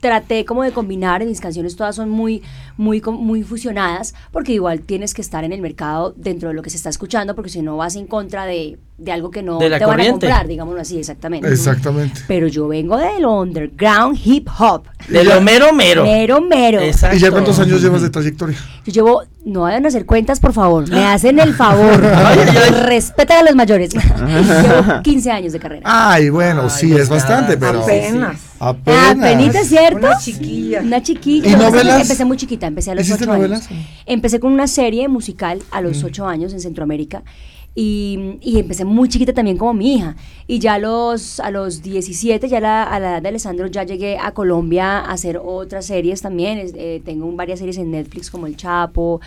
L: traté como de combinar, mis canciones todas son muy, muy, com- muy fusionadas, porque igual tienes que estar en el mercado dentro de lo que se está escuchando, porque si no vas en contra de, de algo que no
A: De la
L: te van a
A: corriente.
L: comprar, digámoslo así, exactamente.
D: Exactamente.
L: Pero yo vengo del underground hip hop.
A: De lo mero, mero.
L: Mero mero.
D: ¿Y ya cuántos años llevas de trayectoria?
L: Yo llevo, no vayan a hacer cuentas, por favor,
A: [GASPS]
L: me hacen el favor. Respeta a los
A: [LAUGHS]
L: mayores. llevo 15 años de carrera.
D: Ay, bueno, sí, es bastante, pero.
L: Apenas.
D: Apenas.
L: Apenas, Ah, ¿cierto?
D: Una
L: chiquilla. Una chiquilla.
D: ¿Y
L: Lo que pasa es que
D: novelas?
L: Empecé muy chiquita, empecé a los
D: ¿Hiciste
L: ocho
D: novelas?
L: años. Empecé con una serie musical a los
D: Mm.
L: ocho años en Centroamérica. Y, y empecé muy chiquita también como mi hija. Y ya a los, a los 17, ya la- a la edad de Alessandro, ya llegué a Colombia a hacer otras series también. Es- eh, tengo un- varias series en Netflix como El Chapo.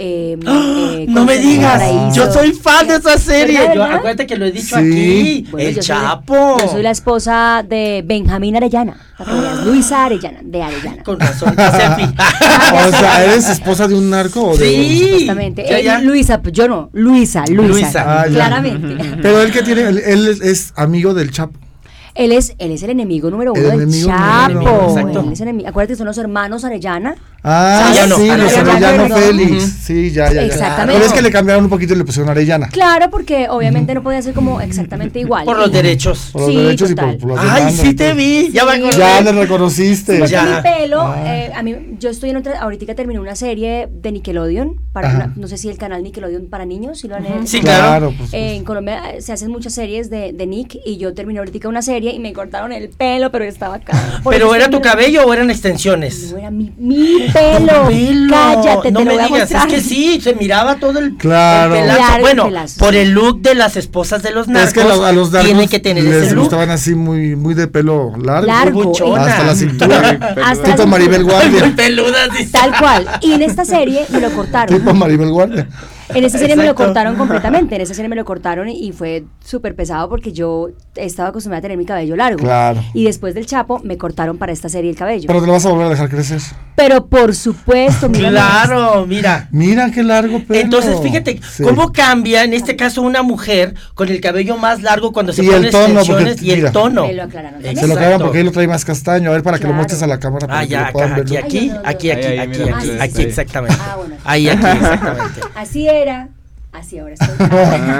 L: eh, eh,
A: ¡Ah! No me
L: Concepto
A: digas,
L: Paraíso.
A: yo soy fan de esa serie.
L: ¿Verdad,
A: Yo-
L: verdad?
A: acuérdate que lo he dicho
L: Sí.
A: aquí.
L: Bueno,
A: el
L: Pues yo soy-
A: Chapo.
L: yo soy la esposa de Benjamín Arellana. para que veas, Luisa Arellana, de Arellana.
A: Con razón.
D: O sea, ¿eres esposa de un narco o de.?
L: Exactamente.
D: Ya,
L: Eh,
D: ya.
L: Luisa, pues, yo no. Luisa, Luisa.
D: Ah, ya.
L: Claramente.
D: Pero él que tiene. Él, él es, es amigo del Chapo.
L: Él es, él es el enemigo número
D: El
L: uno del
D: enemigo número uno,
L: Chapo.
D: exacto.
L: Él es enemigo. Acuérdate que son los hermanos Arellana.
D: Ah,
L: Arellano,
D: sí,
L: Arellano,
D: los Arellano
L: Arellano.
D: Félix.
L: Ujú.
D: Sí, ya, ya, ya.
L: Exactamente.
D: Pero es que le cambiaron un poquito y le pusieron Arellana.
L: Claro, porque obviamente no podía ser como exactamente igual.
A: Por los derechos.
D: Por los
L: Sí,
D: derechos
L: total.
D: y por, por las
A: Ay,
D: demandas
A: sí
D: y todo.
A: te vi. Ya me acordé.
D: Ya le
L: Sí,
D: reconociste.
L: porque mi pelo,
D: Ah.
L: eh, a mí, yo estoy en otra, ahorita terminé una serie de Nickelodeon, para
D: Ajá.
L: una- no sé si el canal Nickelodeon para niños, si lo han
D: Ujú.
L: hecho.
D: Sí, claro. Claro, por
L: Eh, en Colombia eh, se hacen muchas series de, de Nick y yo terminé ahorita una serie y me cortaron el pelo, pero estaba acá.
A: ¿Pero era tu cabello o eran extensiones?
L: Era mi, mi pelo.
A: Pelo.
L: Cállate,
A: no
L: te
A: me
L: lo voy a
A: digas, es
L: mostrar.
A: que sí, se miraba todo el,
D: Claro.
A: el pelazo.
L: Claro, el
A: bueno,
L: pelazo,
A: por
L: sí.
A: el look de las esposas de los narcos,
D: Es que lo- a los dardos
A: tiene que tener
D: les
A: ese look.
D: gustaban así muy, muy de pelo largo.
L: Largo, Buchona.
D: Hasta la cintura.
L: [LAUGHS] Hasta la
D: tipo
L: cintura.
D: Maribel Guardia.
L: Tal cual. Y en esta serie me lo cortaron.
D: tipo Maribel Guardia.
L: En esa serie me lo
D: Exacto.
L: cortaron completamente, en esa serie me lo cortaron y, y fue súper pesado porque yo estaba acostumbrada a tener mi cabello largo.
D: Claro.
L: Y después del Chapo me cortaron para esta serie el cabello.
D: Pero te lo vas a volver a dejar crecer.
L: Pero por supuesto, mira.
A: Claro, mira.
D: Mira qué largo pelo.
A: Entonces, fíjate
D: Sí.
A: cómo cambia en este caso una mujer con el cabello más largo cuando se
D: Y el
A: pone
D: tono, porque,
A: extensiones y el
D: mira.
A: tono.
D: Me lo
L: aclararon.
D: Se lo cagan porque él lo trae más castaño. A ver, para que lo muestres a la cámara. Para
A: Ah,
D: que
A: ya,
D: lo puedan
A: acá,
D: ver.
A: aquí,
D: ¿no?
A: aquí, aquí,
D: Ahí,
A: aquí,
D: ahí,
A: aquí,
D: mira,
A: aquí,
D: mira,
A: aquí,
D: ahí.
A: exactamente.
L: Ah, bueno.
A: Ahí, aquí, exactamente.
L: Así era, así ahora estoy.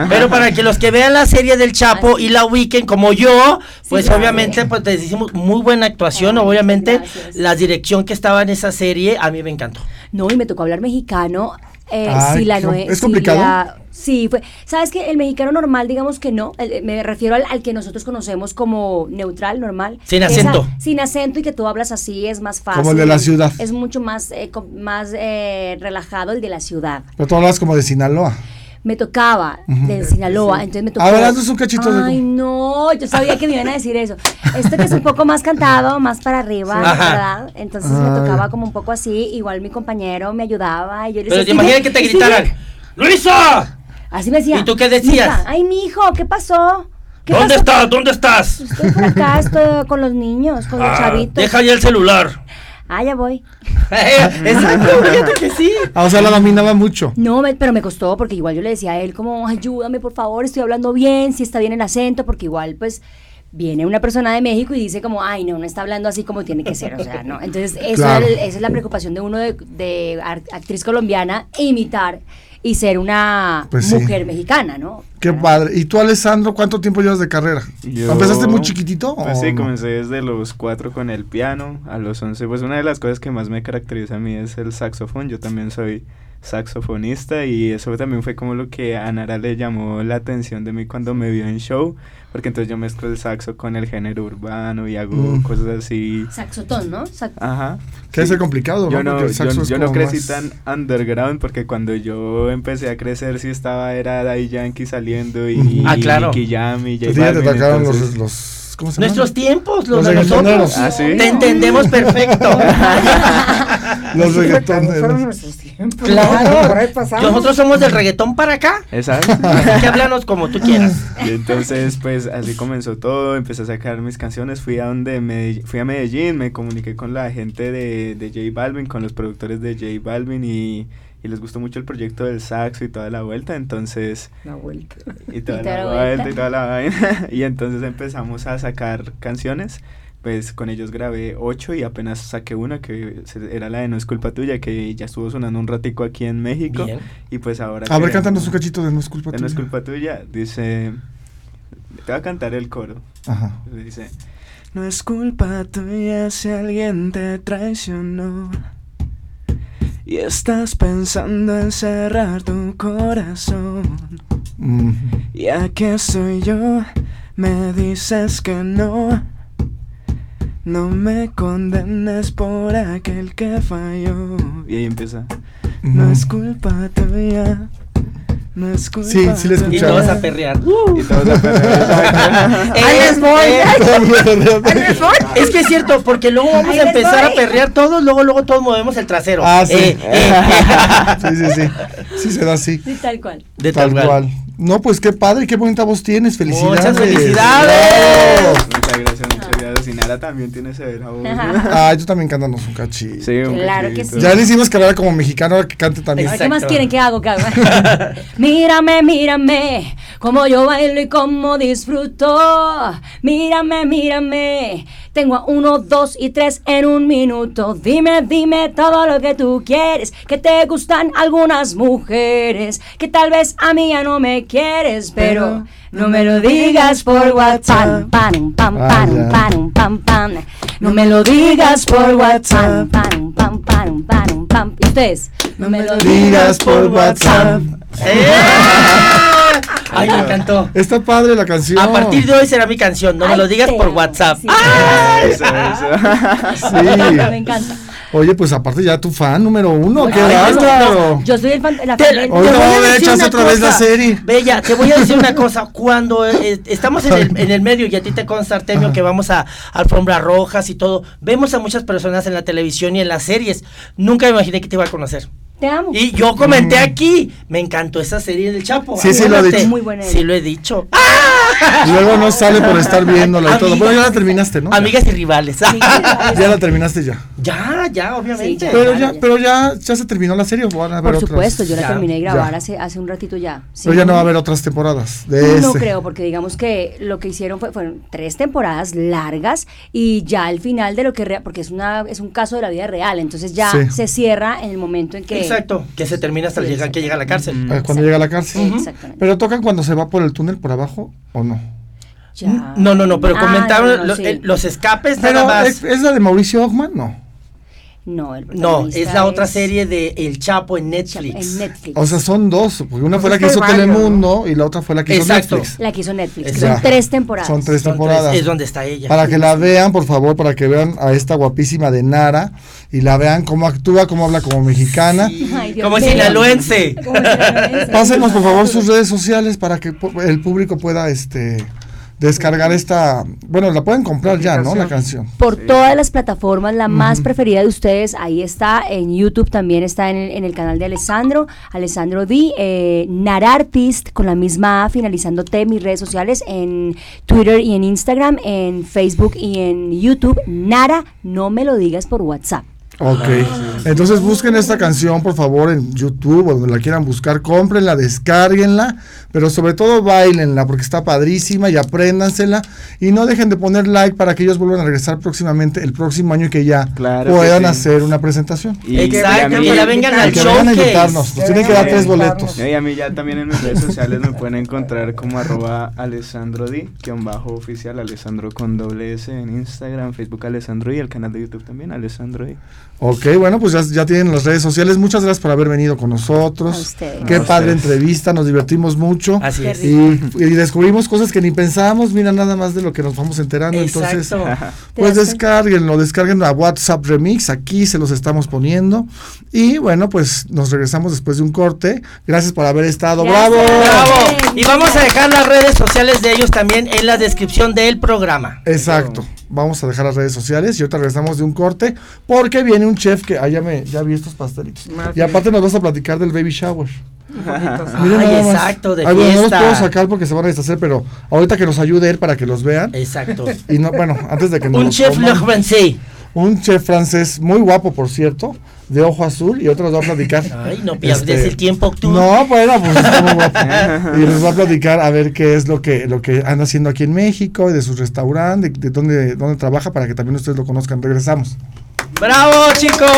A: Pero para que los que vean la serie del Chapo y la Weekend como yo, pues obviamente pues te decimos muy buena actuación, obviamente la dirección que estaba en esa serie a mí me encantó.
L: No, y me tocó hablar mexicano. Eh,
A: Ay,
L: si la no
A: qué-
L: es,
A: ¿es complicado?
L: sí, fue. ¿Sabes que El mexicano normal, digamos que no. el- me refiero al, al que nosotros conocemos como neutral, normal.
D: Sin
L: Que es
D: acento.
L: a- sin acento y que tú hablas así es más fácil.
D: Como el de la ciudad.
L: Es mucho más, eh, co- más eh, relajado el de la ciudad.
D: Pero tú hablas como de Sinaloa.
L: Me tocaba
D: Ujú.
L: del Sinaloa, entonces me tocó.
D: A ver, haznos un cachito de-
L: Ay, no, yo sabía que me iban a decir eso. Esto que es un poco más cantado, más para arriba,
A: Sí. Ajá.
L: ¿verdad? Entonces
A: Ah,
L: me tocaba
A: ya.
L: como un poco así, igual mi compañero me ayudaba y yo le
A: Pero te
L: decía,
A: imaginas
L: "Sigue,
A: que te
L: sigue".
A: gritaran, Luisa,
L: Así me decía.
A: ¿Y tú qué decías?
L: "Mija, Ay, mijo, ¿qué pasó? ¿Qué pasó?
A: ¿dónde estás? ¿Dónde estás?
L: Estoy por acá, estoy con los niños, con los
A: Ah,
L: chavitos.
A: deja ya el celular.
L: Ah, ya voy.
A: [LAUGHS] Exacto, fíjate que sí.
D: Ah, o sea, la dominaba mucho.
L: No, me- pero me costó porque igual yo le decía a él como, ayúdame por favor, estoy hablando bien, si está bien el acento, porque igual pues viene una persona de México y dice como, ay no, no está hablando así como tiene que ser, o sea, no. Entonces eso
G: Claro.
L: era el- esa es la preocupación de uno de, de ar- actriz colombiana, imitar y ser una
D: Pues sí.
L: mujer mexicana, ¿no?
D: Qué
A: Mm.
D: padre. ¿Y tú, Alessandro, cuánto tiempo llevas de carrera?
K: Yo-
D: ¿Empezaste muy chiquitito? o
K: Pues sí,
D: no?
K: comencé desde los cuatro con el piano, a los 11. Pues una de las cosas que más me caracteriza a mí es el saxofón. Yo también soy saxofonista y eso también fue como lo que a Nara le llamó la atención de mí cuando me vio en show, porque entonces yo mezclo el saxo con el género urbano y hago
D: Mm.
K: cosas así.
L: Saxotón, ¿no? Sax-
K: Ajá.
D: Que debe ser complicado,
K: Yo
D: ¿no?
K: no,
D: Porque el
K: yo,
D: saxo es
K: yo no
D: como
K: crecí
D: más-
K: tan underground porque cuando yo empecé a crecer sí estaba, era Daddy Yankee saliendo y,
A: Ah, claro.
K: Nicky Jam y J
D: A ti ya te
K: Balvin,
D: tocaron los-
K: entonces-
D: los- ¿cómo se llaman?
A: Nuestros tiempos, los,
D: Los
A: de nosotros.
D: reggaetoneros. Ah, ¿sí?
A: Te entendemos perfecto.
K: [LAUGHS]
D: Los reggaetones.
B: Fueron nuestros tiempos.
A: Claro.
B: Por ahí pasamos.
A: Nosotros somos del reggaetón para acá.
D: [LAUGHS]
K: Exacto.
A: Así que háblanos como tú quieras.
K: ¿Eh, Y entonces, pues así comenzó todo, empecé a sacar mis canciones, fui a donde Medell- fui a Medellín, me comuniqué con la gente de, de J Balvin, con los productores de J Balvin y, y les gustó mucho el proyecto del saxo y toda la vuelta, entonces
B: La vuelta.
K: y toda la vuelta y toda la vaina [LAUGHS] y entonces empezamos a sacar canciones. Pues con ellos grabé ocho y apenas saqué una que se- era la de No es culpa tuya, que ya estuvo sonando un ratico aquí en México.
D: Bien.
K: Y pues ahora...
D: A ver,
K: que-
D: cántanos un cachito de No es culpa
K: de No es
D: tuya.
K: culpa tuya, dice... Te voy a cantar el coro.
D: Ajá.
K: Dice... No es culpa tuya si alguien te traicionó. Y estás pensando en cerrar tu corazón.
D: Mm.
K: Y aquí soy yo, me dices que no. No me condenes por aquel que falló. Y ahí empieza. No es culpa tuya. No es culpa
D: Sí, sí la
K: tuya.
D: escuchaba. Y todos a
A: perrear.
K: Y todos a perrear.
A: Eh,
D: [LAUGHS]
A: eh, Es que es cierto, porque luego vamos
L: Ahí
A: a
L: les
A: empezar
L: voy.
A: a perrear todos, luego, luego todos movemos el trasero.
D: Ah, sí.
A: Eh,
D: [LAUGHS] sí, sí, sí. Sí se da así.
L: Sí, tal cual.
A: De
D: tal, cual. No, pues qué padre, qué bonita voz tienes. Felicidades.
A: Muchas felicidades.
D: ¡Eh!
K: Muchas gracias, muchas gracias. Y Nara también tiene severa
D: [LAUGHS]
K: voz. [LAUGHS]
D: Ay, tú Ah, también cántanos un cachito.
K: Sí, un
L: Claro que
K: poquito.
L: sí.
D: Ya le hicimos carrera como mexicano, ahora que cante también.
L: Ay, ¿Qué más quieren? ¿Qué hago? [LAUGHS] ¿Qué hago? mírame, mírame, cómo yo bailo y cómo disfruto. Mírame, mírame. Tengo a uno, dos y tres en un minuto. Dime, dime todo lo que tú quieres. Que te gustan algunas mujeres. Que tal vez a mí ya no me quieres, pero. No me lo digas por WhatsApp, pam, pam, pam, pam, pam, pam. No me lo digas por WhatsApp, pam, pam, pam, pam, pam. ¿Y ustedes? No me lo
D: Digas por WhatsApp.
A: Ay, me encantó.
D: Está padre la canción.
A: A partir de hoy será mi canción, no me lo digas por WhatsApp. ¡Ay!
D: Ah, Sí.
L: Me encanta.
D: Oye, pues aparte ya tu fan número uno, qué
A: Ay, no,
D: bárbaro.
A: no.
L: Yo soy el fan, la
A: Te-
L: fan del-
A: te
D: Hoy
A: voy
D: no
A: a
D: va a haber
A: decir
D: chance
A: una
D: otra vez la
A: cosa.
D: serie.
A: Bella, te voy a
D: [LAUGHS]
A: decir una cosa. Cuando eh, estamos en el, en el medio, y a ti te consta, Artemio, que vamos a alfombras rojas y todo, vemos a muchas personas en la televisión y en las series. Nunca me imaginé que te iba a conocer.
L: Te amo.
A: Y yo comenté aquí, me encantó esa serie del Chapo.
D: Mm. Sí, sí, lo ha
A: Acuérdate.
D: dicho.
L: Muy buena
A: Sí, lo
D: [LAUGHS]
A: he dicho. ¡Ah!
D: Luego no sale por estar viéndola y todo.
A: Amigas.
D: Bueno, ya la terminaste, ¿no?
A: Amigas y rivales.
D: Ya la terminaste ya.
A: ya, ya, obviamente.
D: Pero ya, pero ya, ya se terminó la serie o van a haber
L: Por
D: otras.
L: supuesto, yo la terminé de grabar
D: Ya.
L: hace, hace un ratito ya. sí.
D: Pero ya no va a haber otras temporadas de
L: No
D: este.
L: creo, porque digamos que lo que hicieron fue, fueron tres temporadas largas y ya al final de lo que, rea- porque es, una, es un caso de la vida real, entonces ya
D: Sí.
L: se cierra en el momento en que...
A: Exacto, que se termina hasta llegar- que llega a la cárcel.
D: Ah, Cuando llega a la cárcel.
L: Exactamente.
D: Pero tocan cuando se va por el túnel por abajo o no.
L: Ya.
A: No, no, no, pero
L: Ah,
A: comentaron
L: no, no,
A: lo-
L: sí.
A: eh, los escapes nada
D: Pero
A: más.
D: ¿es, es la de Mauricio Ogman, no.
L: No, el
A: no, es
L: protagonista
A: la otra serie de El Chapo en Netflix.
L: En Netflix.
D: O sea, son dos, porque una
L: Pues
D: fue la
L: es
D: que
L: que
D: hizo
L: hay varios,
D: Telemundo y la otra fue la que hizo
A: Exacto.
D: Netflix.
L: La que hizo Netflix. que
D: Ya.
L: Son tres temporadas.
D: Son tres temporadas.
A: es donde está ella.
D: Para que la vean, por favor, para que vean a esta guapísima de Nara y la vean cómo actúa, cómo habla como mexicana.
L: Ay, Dios
A: Como
L: mío.
A: sinaloense.
L: Como sinaloense.
D: Pásenos, por favor, sus redes sociales para que pu- el público pueda este descargar esta. Bueno, la pueden comprar ya, ¿no? La canción.
L: por todas las plataformas, la más preferida de ustedes, ahí está, en YouTube también está en el, en el canal de Alessandro, Alessandro D, eh, Narartist, con la misma A, finalizando T, mis redes sociales, en Twitter y en Instagram, en Facebook y en YouTube, Nara, no me lo digas por WhatsApp.
K: Ah,
D: Ok. Entonces busquen esta canción, por favor, en YouTube o donde la quieran buscar. Cómprenla, descárguenla, pero sobre todo bailenla porque está padrísima y apréndansela. Y no dejen de poner like para que ellos vuelvan a regresar próximamente, el próximo año y que ya
K: Claro
D: puedan
K: que sí.
D: hacer una presentación.
K: Y Exacto, que
D: Y
K: ya vengan al
D: que vengan a
K: showcase.
D: invitarnos. Nos tienen que dar tres boletos.
K: No, Y a mí ya también en mis redes sociales me pueden encontrar como arroba Alessandro D, guión bajo oficial, Alessandro con doble S en Instagram, Facebook Alessandro y el canal de YouTube también, Alessandro D.
D: Ok, bueno, pues ya, ya tienen las redes sociales. Muchas gracias por haber venido con nosotros.
K: A ustedes.
D: Qué
K: A
D: padre
K: ustedes.
D: entrevista, nos divertimos mucho.
A: Así es.
D: Y, y descubrimos cosas que ni pensábamos, mira nada más de lo que nos vamos enterando. Entonces,
A: Exacto.
D: pues
A: Te hace-
D: descárguenlo, descarguen a WhatsApp Remix, aquí se los estamos poniendo. Y bueno, pues nos regresamos después de un corte. Gracias por haber estado. ¡Bravo!
A: ¡Bravo! Y vamos a dejar las redes sociales de ellos también en la descripción del programa.
D: Exacto. Vamos a dejar las redes sociales y ahorita regresamos de un corte porque viene un chef que ah, ya, me, ya vi estos pastelitos. Y aparte nos vas a platicar del baby shower. Miren
A: Ay,
D: nada más.
A: exacto, de
D: Ay, bueno, no los
A: fiesta.
D: puedo sacar porque se van a deshacer, pero ahorita que nos ayude él para que los vean.
A: Exacto.
D: Y no, bueno, antes de que nos
A: Un
D: los
A: chef
D: coman.
A: le francés.
D: Un chef francés muy guapo, por cierto, de ojo azul, y otro nos va a platicar.
A: Ay, no pierdes el tiempo
D: Este,
A: tú.
D: No, bueno, pues está muy guapo. Y nos va a platicar a ver qué es lo que, lo que anda haciendo aquí en México, de su restaurante, de, de dónde, dónde trabaja, para que también ustedes lo conozcan. Regresamos.
A: ¡Bravo, chicos!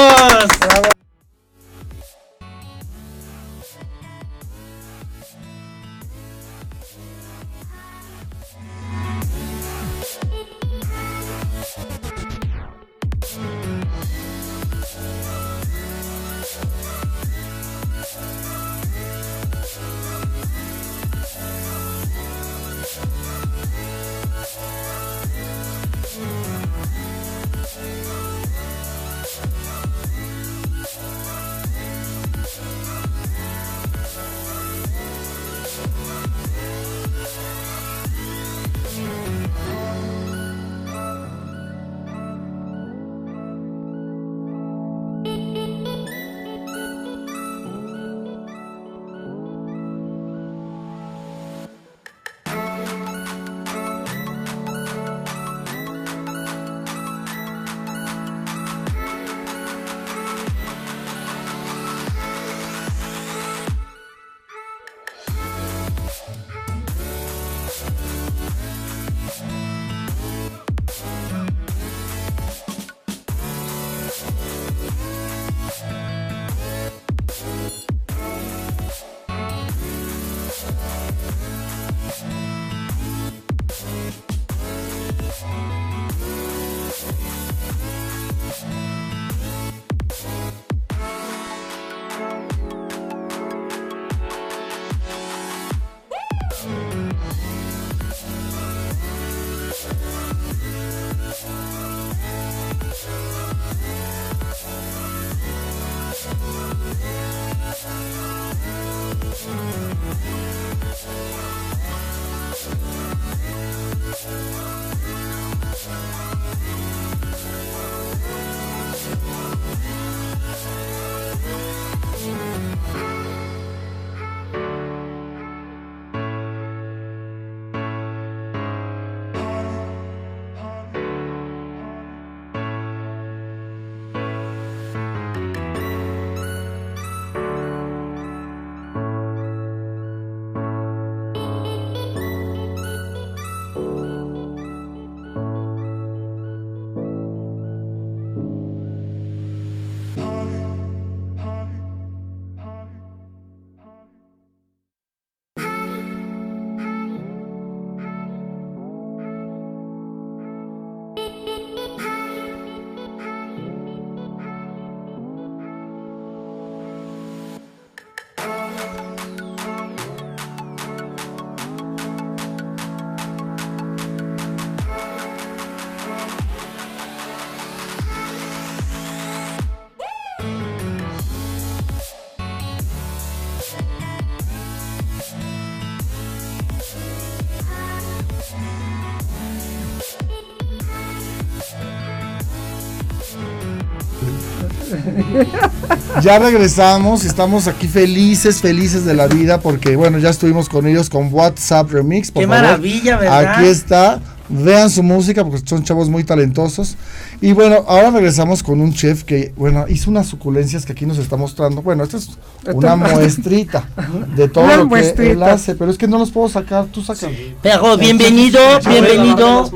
D: Ya regresamos, estamos aquí felices, felices de la vida, porque bueno, ya estuvimos con ellos con WhatsApp Remix. Por
A: Qué
D: favor.
A: maravilla, ¿verdad?
D: Aquí está. vean su música porque son chavos muy talentosos. Y bueno, ahora regresamos con un chef que, bueno, hizo unas suculencias que aquí nos está mostrando. Bueno, esta es una muestrita de todo
A: Una
D: lo que él
A: muestrita.
D: hace, pero es que no los puedo sacar, tú sacas.
A: Pero bienvenido, bienvenido,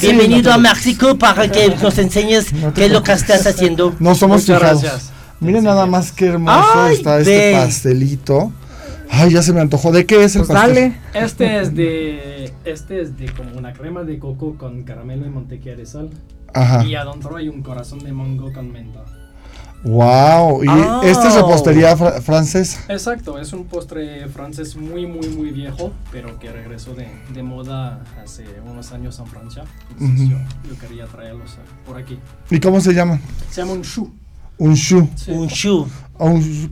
A: bienvenido a México para que nos enseñes qué es lo que estás haciendo.
D: No somos fijados. Miren nada más qué hermoso
A: Ay,
D: está este
A: ve.
D: pastelito. Ay, ya se me antojó. ¿De qué es
B: Pues
A: Pues
D: el pastel?
C: Este es de este es de como una crema de coco con caramelo y mantequilla de sal.
D: Ajá.
C: Y adentro hay un corazón de mango con menta.
D: Wow. Y
C: Ah.
D: esta
A: Oh.
D: es repostería fra- francesa.
C: Exacto, es un postre francés muy muy muy viejo, pero que regresó de, de moda hace unos años en Francia. Entonces
D: Ujú.
C: yo, yo quería traerlos eh, por aquí.
D: ¿Y cómo se llama?
C: Se llama un chou.
D: Un shu.
A: Un shu.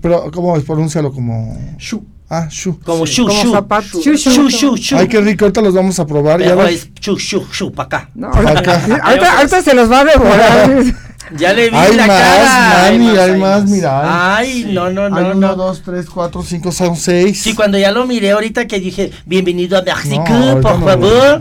D: pero ¿cómo es? Pronúncialo como.
C: Shu.
D: Ah, shu.
A: Como Sí. shu, Como shu. zapato. Shu, shu. Shu, shu, shu.
D: Ay, qué rico. Ahorita los vamos a probar. Ya
A: Pero
D: ves.
A: es chu, chu, chu, pa' acá.
D: Pa'
B: [LAUGHS]
D: acá.
B: Ahorita, ahorita se los va a devorar.
A: Ya le vi
D: Hay
A: la
D: más,
A: cara.
D: Manny, hay, más, mira.
A: Ay, no, no, no,
D: Hay uno,
A: no.
D: dos, tres, cuatro, cinco, son seis.
A: Sí, cuando ya lo miré ahorita que dije, bienvenido a México,
D: No, ahorita
A: por
D: no.
A: favor.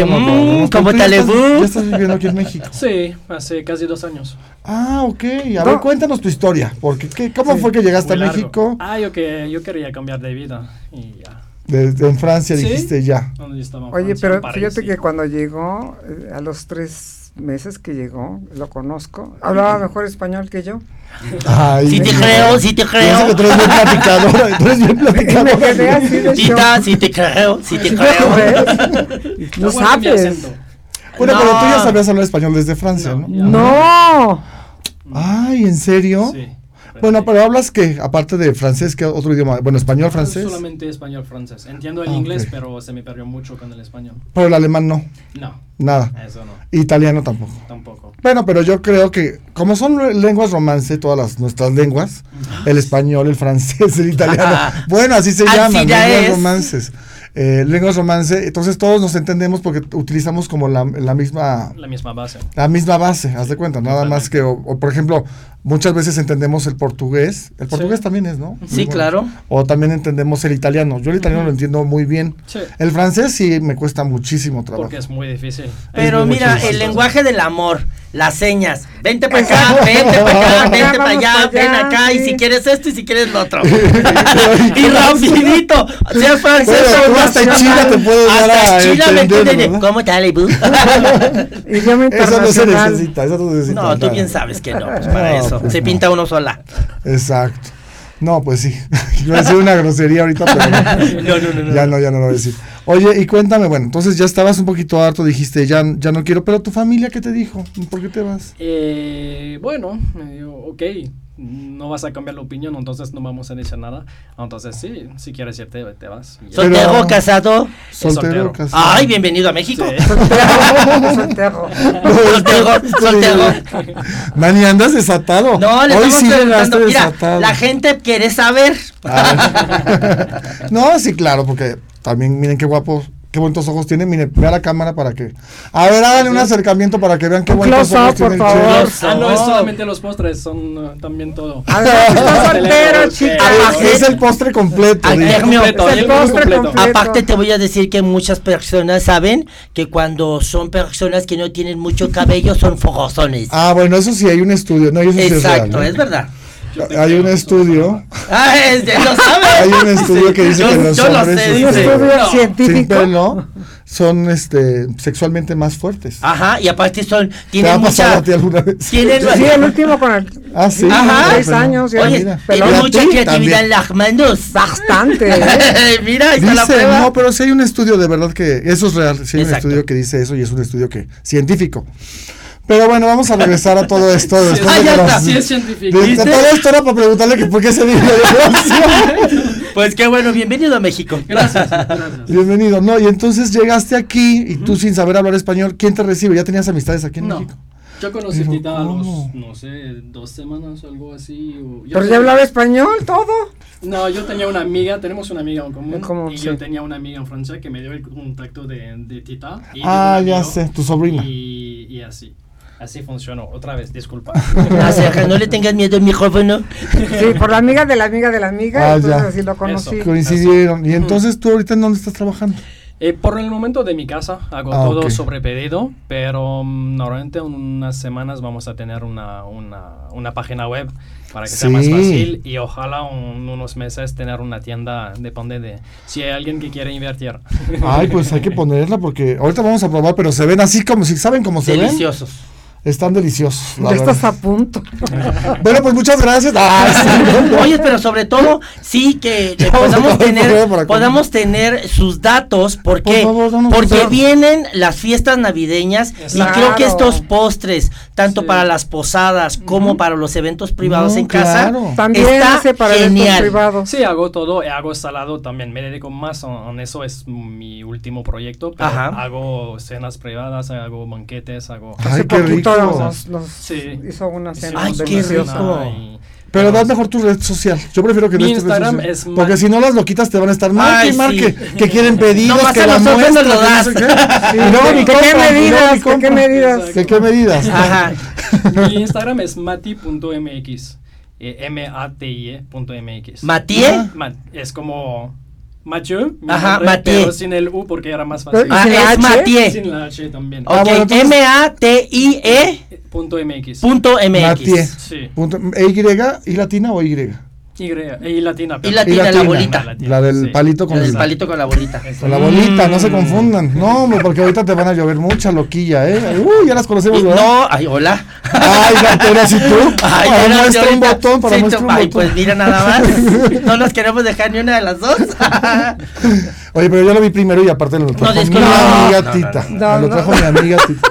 D: Ahorita nos
A: mmm,
D: vamos.
A: ¿cómo
D: Tú ya
A: tal "Mm".
D: estás- Ya
A: vous?
D: estás viviendo aquí en México.
C: Sí, hace casi dos años.
D: Ah, ok. A ver, cuéntanos tu historia. Porque, ¿qué- ¿Cómo fue que llegaste a
C: Muy largo.
D: México?
C: Ah, yo, que, yo quería cambiar de vida y ya.
D: Desde en Francia
C: Sí.
D: dijiste ya.
C: Cuando yo estaba en
B: Oye,
C: Francia,
B: pero
C: en París,
B: fíjate
C: sí.
B: que cuando llegó, eh, a los tres meses que llegó, lo conozco, hablaba mejor español que yo.
D: Ay,
A: Sí te creo, sí te creo.
B: Pienso que tú eres bien platicadora, tú
D: [LAUGHS]
B: eres bien platicadora. Me quedé así de
A: Tita,
B: shock.
A: sí te creo, sí te
B: ¿No No
A: creo. Está bueno mi
B: sabes.
A: acento.
D: Bueno,
A: No.
D: pero tú ya sabías hablar español desde Francia, ¿no?
B: ¡No!
D: Ay, ¿en serio? Bueno, pero hablas qué? Aparte de francés, ¿qué otro idioma? Bueno, español, francés.
C: Solamente español, francés. Entiendo el
D: Ah,
C: inglés,
D: ok.
C: pero se me perdió mucho con el español.
D: Pero el alemán no.
C: No.
D: Nada.
C: Eso no.
D: Italiano tampoco.
C: Tampoco.
D: Bueno, pero yo creo que, como son re- lenguas romance, todas las, nuestras lenguas, el español, el francés, el
C: [LAUGHS]
D: italiano, [LAUGHS] bueno, así se
A: Así
D: llaman,
A: ya
D: lenguas
A: es.
D: romances. Eh, lenguas romance, entonces todos nos entendemos porque utilizamos como la, la misma
C: La misma base.
D: la misma base, haz de cuenta, nada más que, o, o, por ejemplo, muchas veces entendemos el portugués, el portugués también es, ¿no?
A: Sí, claro.
D: O también entendemos el italiano, yo el italiano
C: Ujú.
D: lo entiendo muy bien.
C: Sí.
D: El francés sí me cuesta muchísimo trabajo.
C: Porque es muy difícil.
A: Pero
D: Es muy
A: mira,
D: difícil.
A: el lenguaje del amor, las señas. Vente para
D: [LAUGHS]
A: acá, vente para acá, vente para allá, ven acá, y si quieres esto y si quieres lo
D: [LAUGHS]
A: otro. y rapidito, sea francés
D: Bueno,
A: o
D: tú hasta en
A: nacional,
D: China te puedes dar
A: hasta
D: a
A: China me
D: entender,
A: entienden,
D: ¿verdad?
A: ¿Cómo
D: [LAUGHS]
A: tal, Ibu?
B: Idioma
D: Eso no se
A: internacional.
D: necesita, eso no se necesita.
A: No, tú
D: nada.
A: bien sabes que no,
D: [LAUGHS]
A: pues, para
D: No,
A: eso.
D: pues
A: Se
D: no.
A: pinta uno sola.
D: Exacto. No, pues sí. [LAUGHS] Yo decir una grosería ahorita, pero
A: [LAUGHS] No, no, no, no.
D: ya no, ya no lo voy a decir. Oye, y cuéntame, bueno, entonces ya estabas un poquito harto, dijiste, ya, ya no quiero, pero tu familia, ¿qué te dijo? ¿Por qué te vas?
C: Eh, bueno, me digo, ok, no vas a cambiar la opinión, entonces no vamos a decir nada. Entonces sí, si quieres irte, te vas. Y ya.
A: ¿Soltero casado?
C: Es soltero.
A: Ay, bienvenido a México.
B: [LAUGHS] Soltero.
A: Soltero, soltero.
D: Dani, andas desatado.
A: No, le
D: Hoy
A: estamos
D: sí llegaste
A: preguntando. Mira,
D: desatado.
A: la gente quiere saber.
D: No, sí, claro, porque también miren qué guapos, qué bonitos ojos tiene. Miren, ve a la cámara para que. A ver, háganle un acercamiento para que vean [LAUGHS] qué bonitos
B: close-up,
D: ojos
B: por
D: tiene. el
B: favor. Ah,
D: chef.
C: Ah, no es solamente los postres, son eh, también todo.
D: Ah,
A: [LAUGHS]
C: [LAUGHS]
A: soltero, chica.
D: Es el postre completo.
A: Ay,
D: digo.
A: Hermio, Aparte te voy a decir que muchas personas saben que cuando son personas que no tienen mucho cabello son fogosones.
D: Ah, bueno, eso sí, hay un estudio. No, eso sí es real,
A: Exacto,
D: ¿no?
A: es verdad.
D: Hay un estudio.
A: Ah, [LAUGHS] es de- lo sabes.
D: Hay un estudio que dice
A: yo,
D: que los
A: yo
D: hombres
A: lo sé,
D: este,
A: dice. No.
D: sin pelo son este, sexualmente más fuertes.
A: Ajá, y aparte son
D: ¿Te ha
A: tienen
D: pasado a
A: mucha
D: ti alguna vez?
A: tienen-
B: Sí, el último con el.
D: Ah, sí.
A: Ajá.
B: Seis años. ya,
A: Oye,
B: mira.
A: tienen
B: Pelón.
A: mucha
B: Y a ti
A: creatividad
B: también.
A: en las manos.
B: Bastante. ¿eh?
A: [LAUGHS] Mira, ahí está la
D: Dice,
A: prueba.
D: no, pero si hay un estudio de verdad que eso es real, si hay
A: Exacto.
D: un estudio que dice eso y es un estudio que científico. Pero bueno, vamos a regresar a todo esto.
C: Sí,
D: después
C: ah,
D: de
C: ya
D: que
C: está,
D: nos-
C: sí es científico.
D: de- de
C: ¿Viste?
D: todo esto era para preguntarle que por qué se vino de Francia.
A: Pues qué bueno, bienvenido a México. Gracias.
D: Bienvenido. No, y entonces llegaste aquí y tú sin saber hablar español, ¿quién te recibe? ¿Ya tenías amistades aquí en
C: No.
D: México?
C: Yo conocí a
D: Pero,
C: Tita a
D: ¿cómo?
C: los, no sé, dos semanas o algo así. o- yo
B: Pero
C: tenía-
B: ya hablaba español todo.
C: No, yo tenía una amiga, tenemos una amiga en común.
B: En común,
C: y
B: sí.
C: yo tenía una amiga en Francia que me dio el contacto de, de Tita. y de
D: Ah,
C: un
D: ya
C: amigo,
D: sé, tu sobrina.
C: Y, y así. Así funcionó. Otra vez, disculpa.
A: Acerca, [LAUGHS] no le tengas miedo al micrófono.
B: Sí, por la amiga de la amiga de la amiga.
D: Ah,
B: entonces
D: ya.
B: así lo conocí.
D: Coincidieron. Y entonces tú ahorita en dónde estás trabajando?
C: Eh, por el momento de mi casa hago
D: Ah,
C: todo
D: ok.
C: sobre pedido, pero mm, normalmente en unas semanas vamos a tener una, una, una página web para que sea más
D: Sí.
C: fácil y ojalá en unos meses tener una tienda, depende de si hay alguien que quiere invertir.
D: Ay, pues hay
C: [LAUGHS]
D: que ponerla porque ahorita vamos a probar, pero se ven así como si saben cómo se
C: Deliciosos.
D: ven. Están deliciosos. la
A: Ya
D: verdad.
A: estás
B: a [LAUGHS] punto.
D: bueno, pues muchas gracias. Ay, sí.
A: [LAUGHS] Oye, pero sobre todo, sí que le
D: Ya vamos a
A: podamos
D: dar un correo
A: tener,
D: para
A: podamos tener sus datos, porque,
D: Por favor, danos tus
A: porque
D: datos.
A: vienen las fiestas navideñas y
D: Exacto.
A: creo que estos postres, tanto para las posadas como para los eventos privados
D: No,
A: en casa,
D: claro.
C: También
A: está
C: hace para eventos
A: genial.
C: Sí, hago todo, eh, hago salado también, me dedico más a- en eso, es mi último proyecto, pero
A: Ajá.
C: hago cenas privadas, hago banquetes, hago...
D: Ay, qué rico.
B: Nos, nos
C: Sí.
B: hizo una cena
C: Ay, qué
B: deliciosa.
C: rico.
D: Pero das mejor tu red social. Yo prefiero que
C: Mi
D: des tu red
C: Instagram
D: social,
C: es
D: Porque si no las loquitas te van a estar marque,
C: Ay,
D: y
C: sí.
D: marque. Que
C: [LAUGHS]
D: quieren pedidos,
A: Nomás
D: que
A: a
D: la
A: nosotros
D: muestra,
A: nos lo
D: que no sé
A: das.
D: qué. Y luego
C: Sí.
D: mi
C: ¿Que qué
D: compa, y luego
C: medidas?
D: mi
C: ¿Que qué
D: compa.
C: medidas?
D: ¿Que [LAUGHS] qué medidas?
A: Ajá.
C: Mi Instagram es mati.mx. eh, M-A-T-I-E e punto MX.
A: ¿Matie? Ajá.
C: Ma- es como Mathieu, mi
A: Ajá,
C: nombre,
A: Matie.
C: pero sin el U porque era más fácil.
A: Pero, ¿y sin Ah, la es H? Matie.
C: Sin la H también.
D: Ah,
A: Ok, M-A-T-I-E
C: E Punto MX.
A: punto
D: Matie.
A: MX.
C: Sí.
D: Punto- ¿E ¿Y, ¿Y latina o Y?
C: Y, eh, y latina.
A: Y
C: perdón.
A: latina, la bolita.
D: La del palito con
A: La del
D: el-
A: palito con la bolita.
D: Con la bolita, no se
C: Mm.
D: confundan. No, hombre, porque ahorita te van a llover mucha loquilla, ¿eh? Uy, ya las conocemos,
A: Y
D: ¿verdad?
A: no, ay, hola.
D: Ay, Gatora, si tú.
A: [LAUGHS] Ay,
D: para
A: era
D: muestra
A: de
D: un
A: ahorita.
D: botón, para
A: Sí,
D: muestra
A: tú-
D: un
A: ay,
D: botón.
A: pues mira nada más. No nos queremos dejar ni una de las dos.
D: [LAUGHS] Oye, pero yo lo vi primero y aparte lo trajo mi
A: disculpa. No,
D: amiga
A: no,
D: Tita.
A: no, no.
D: Me lo
A: No,
D: trajo
A: no.
D: mi amiga Tita.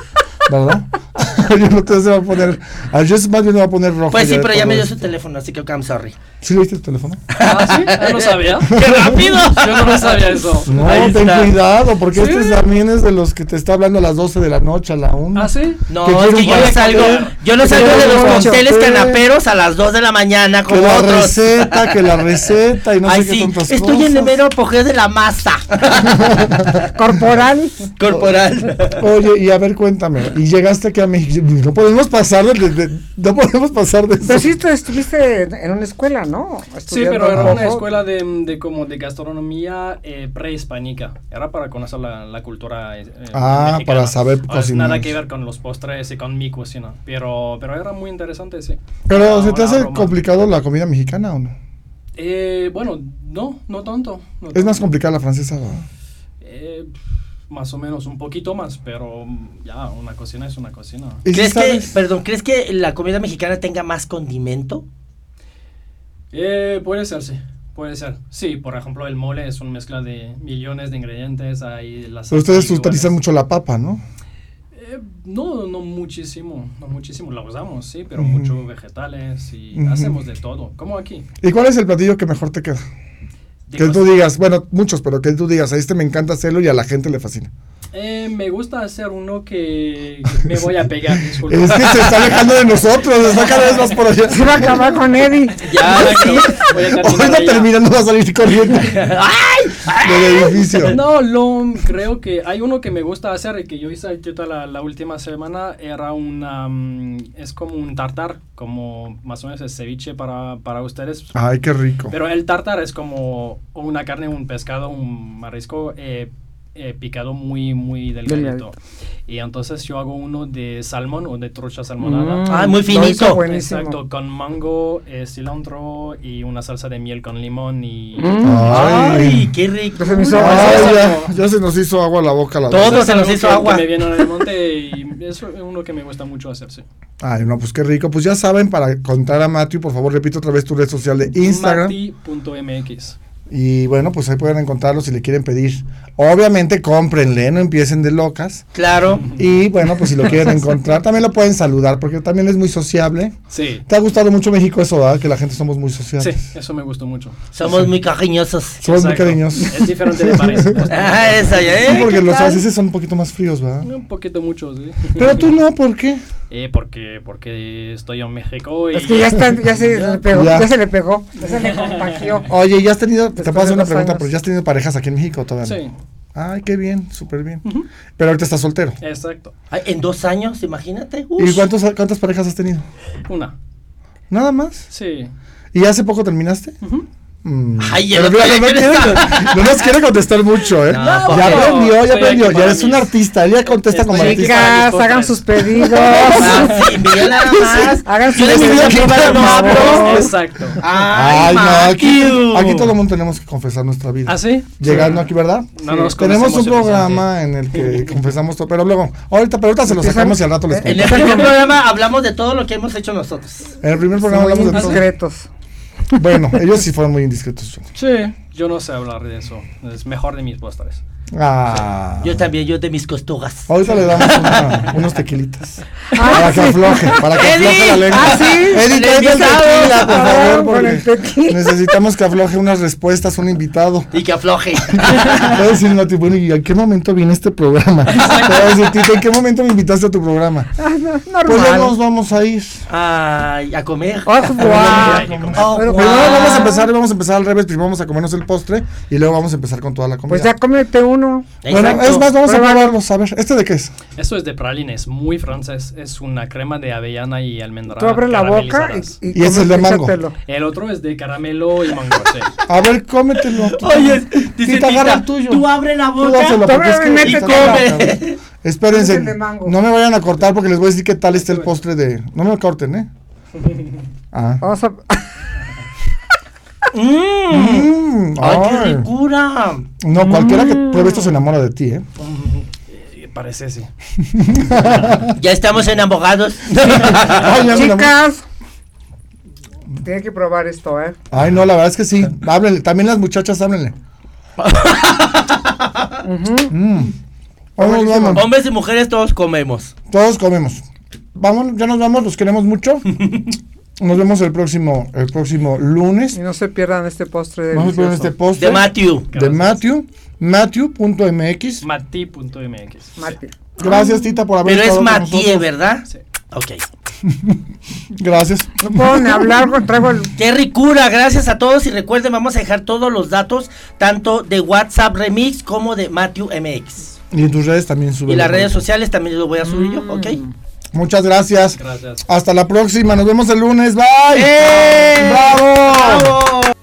D: ¿Verdad? [LAUGHS] yo no te se va a poner. A yo más bien me va a poner rojo.
A: Pues sí,
D: de
A: pero ya
D: todo
A: me dio
D: esto.
A: su teléfono, así que ok, I'm sorry.
D: ¿Sí le diste el teléfono?
C: Ah, no sabía.
A: [LAUGHS] ¡Qué rápido!
C: Yo no lo sabía eso.
D: No,
C: Ahí
D: ten
C: está.
D: cuidado, porque
C: Sí.
D: este también es de los que te está hablando a las 12 de la noche, a la 1.
C: ¿Ah, sí?
A: No, es que yo no salgo, yo no salgo de los cócteles canaperos a las 2 de la mañana
D: Que
A: como
D: la
A: otros.
D: receta,
A: [LAUGHS]
D: que la receta y no
A: Ay,
D: sé qué
A: sí,
D: tantas
A: estoy en el mero apogeo de la masa.
D: Corporal.
A: Corporal.
D: Oye, y a ver, cuéntame. Y llegaste aquí a México. No podemos pasar de, de- de- no podemos pasar de
B: Pero
D: eso.
B: sí tú estuviste en- en una escuela, [LAUGHS] ¿no?
C: Sí,
B: Estudiando
C: pero era
B: bajo.
C: una escuela de, de como de gastronomía eh, prehispánica. Era para conocer la, la cultura. eh,
D: Ah,
C: mexicana.
D: para saber
C: O es
D: cocinar.
C: Nada que ver con los postres y con mi cocina. Pero, pero era muy interesante, sí.
D: Pero
C: Era
D: se te
C: una
D: hace
C: broma.
D: complicado la comida mexicana o no?
C: Eh, bueno, no, no tanto. no
D: Es más
C: tanto.
D: complicada la francesa. ¿verdad?
C: Eh, más o menos, un poquito más, pero mm, ya, una cocina es una cocina.
A: ¿Crees que, perdón, ¿crees que la comida mexicana tenga más condimento?
C: Eh, puede ser, sí. Puede ser. Sí, por ejemplo, el mole es una mezcla de millones de ingredientes. Hay las
D: Pero ustedes utilizan mucho la papa, ¿no?
C: Eh, no, no muchísimo, no muchísimo. La usamos, sí, pero
D: Ujú.
C: muchos vegetales y
D: Ujú.
C: hacemos de todo, como aquí.
D: ¿Y cuál es el platillo que mejor te queda? Que
C: Digo,
D: tú digas, bueno, muchos, pero que tú digas, a este me encanta hacerlo y a la gente le fascina.
C: Eh, me gusta hacer uno que que me
D: [LAUGHS]
C: voy a pegar, disculpa.
D: Es que se está
C: [LAUGHS]
D: alejando de nosotros, está cada vez más por allá.
B: Se va a acabar con Eddie.
C: Ya, sí,
D: [LAUGHS]
C: voy a terminar
D: Ahorita
C: ya.
D: terminando va a salir
C: [LAUGHS]
D: corriendo [LAUGHS] del edificio.
C: No, lo, creo que hay uno que me gusta hacer y que yo hice aquí toda la, la última semana. Era una. mm, es como un tartar, como más o menos el ceviche para, para ustedes.
D: Ay, qué rico.
C: Pero eh, el tartar es como una carne, un pescado, un marisco eh, eh, picado muy, muy delgadito.
B: Delgadito.
C: Y entonces yo hago uno de salmón o de trucha salmonada.
A: Mm, Ah, muy lo hizo finito. buenísimo.
C: Exacto, con mango, eh, cilantro y una salsa de miel con limón y...
A: Mm. Ay, qué rico.
D: Ay, ya, ya se nos hizo agua la boca. La verdad.
C: Entonces, algo que- Que me viene del monte y es uno que me gusta mucho hacer, sí.
D: Ay, no, pues qué rico. Pues ya saben, para contar a Matthew, por favor, repito otra vez tu red social de Instagram.
C: Mati.mx.
D: Y bueno, pues ahí pueden encontrarlo si le quieren pedir. Obviamente, cómprenle, no empiecen de locas.
A: Claro.
D: Y bueno, pues si lo quieren encontrar, también lo pueden saludar, porque también es muy sociable.
C: Sí.
D: ¿Te ha gustado mucho México eso, verdad? Que la gente somos muy
C: Sí,
D: sociales.
C: eso me gustó mucho.
A: Somos muy cariñosos.
D: Somos muy cariñosos.
C: Es diferente
D: [LAUGHS]
C: de París.
A: Ah, esa ya, ¿eh?
D: Sí, porque
A: ¿Qué
D: los
A: tal?
D: franceses son un poquito más fríos, ¿verdad?
C: Un poquito mucho, sí.
D: Pero tú no, ¿por qué?
C: Eh, porque, porque estoy en México y...
B: Es que ya, está, ya, se, le pegó,
D: Ya.
B: ya. se le pegó, ya se le contagió.
D: Oye, ¿y ¿ya has tenido, te puedo hacer
B: de
D: una
B: dos
D: pregunta,
B: años.
D: pero ¿ya has tenido parejas aquí en México todavía? no?
C: Sí.
D: Ay, qué bien, súper bien. Pero ahorita estás soltero.
C: Exacto.
A: Ay, en dos años, imagínate.
D: ¿Y
A: Ush.
D: cuántos, cuántas parejas has tenido?
C: Una.
D: ¿Nada más?
C: Sí.
D: ¿Y hace poco terminaste? Mm,
A: Ay, ya
D: pero
A: no
D: mira,
A: quiere
D: no, no quiere,
A: contestar.
D: no nos quiere contestar mucho, ¿eh?
A: No,
D: ya
A: porque-
D: aprendió, ya
A: Estoy
D: aprendió.
A: aquí
D: Ya
A: para
D: eres un
A: mis-
D: artista. Él ya contesta como artista.
B: Chicas, hagan sus pedidos.
A: [LAUGHS] Ah, sí, mira nada más.
B: Hagan
A: Yo
B: sus
A: de mi vida
B: pedidos.
A: privada no hablo.
C: Exacto.
A: Ay,
D: no, aquí,
A: Matthew.
D: aquí todo el mundo tenemos que confesar nuestra vida.
C: ¿Ah, sí?
D: Llegando
C: Sí.
D: aquí, ¿verdad?
C: No nos
D: tenemos un
C: conocemos
D: programa en el que confesamos todo. Pero luego, ahorita, pero ahorita se lo sacamos y al rato les
A: Eh, [LAUGHS] En el
D: cuento.
A: primer programa hablamos de todo lo que hemos hecho nosotros.
D: En el primer programa
C: Muy
D: hablamos de
B: indiscretos.
D: Bueno, ellos sí fueron muy indiscretos.
C: Sí, yo no sé hablar de eso. Es mejor de mis postres.
D: Ah.
A: Yo también, yo de mis costugas.
D: Ahorita le damos una- unos tequilitas. para que afloje, para que
A: Eddie.
D: afloje la lengua.
A: Ah, sí.
D: Eddie,
A: El
D: tráete el
A: invitado.
D: tequila, por
A: Ah,
D: favor,
A: con
D: porque
A: el tequila.
D: necesitamos que afloje unas respuestas, un invitado.
A: Y que afloje.
D: Voy a decir, Nati, bueno, ¿y en qué momento viene este programa? Te voy a decir, Tito, ¿en qué momento me invitaste a tu programa? Pues ya nos vamos a ir.
A: Ay, [LAUGHS] a comer. Oh,
D: Ah, pues, Pero
A: guau.
D: primero vamos a empezar, vamos a empezar al revés, primero vamos a comernos el postre y luego vamos a empezar con toda la comida.
B: Pues ya cómete uno.
D: bueno, es más, vamos a
B: Prueba.
D: probarlos. A ver, ¿este de qué es?
C: Esto es de pralines, muy francés. Es una crema de avellana y almendra.
D: Tú abre la boca
C: caramelizadas.
D: y- y Y ese es de come- mango. échatelo.
C: El otro es de caramelo y mango. sí.
D: A ver, cómetelo.
A: Oye,
D: dice [LAUGHS]
A: Tita,
D: agarra el tuyo.
A: tú abre la boca.
D: dáselo, porque
A: Abre,
D: es que
A: mete,
D: está
A: come.
D: cabrón. Espérense, no me vayan a cortar porque les voy a decir qué tal está el postre de... No me corten, ¿eh? Ah.
B: Vamos a...
D: Mm,
A: Ay, qué
D: ay.
A: ricura.
D: No, cualquiera que
A: Mm.
D: pruebe esto se enamora de ti, ¿eh?
C: Eh, Parece así.
A: [LAUGHS] Ya estamos en abogados.
B: Chicas, tienen que probar esto, ¿eh?
D: Ay, no, la verdad es que sí. Háblenle. También las muchachas, háblenle. Mm. [LAUGHS] Vamos, vamos.
A: Hombres y mujeres todos comemos.
D: Todos comemos. Vamos, ya nos vamos, los queremos mucho. Nos vemos el próximo, el próximo lunes.
B: Y no se pierdan este postre de
D: Vamos a poner este postre.
A: De Matthew.
D: De Matthew. Matthew.mx.
C: Mati.mx.
B: Mati.
D: Gracias, Tita, por haber
A: Pero es
D: estado con
A: Matie,
D: nosotros.
A: ¿verdad? Ok.
D: Gracias.
B: No puedo ni hablar, güey, traigo el...
A: Qué ricura, gracias a todos y recuerden, vamos a dejar todos los datos, tanto de WhatsApp Remix como de Matthew MX.
D: [LAUGHS] Y en tus redes también sube.
A: Y las redes sociales también lo voy a subir yo, ¿ok?
D: Muchas gracias.
A: Gracias.
D: Hasta la próxima. Nos vemos el lunes. Bye.
A: ¡Eh!
D: ¡Bravo!
A: ¡Bravo!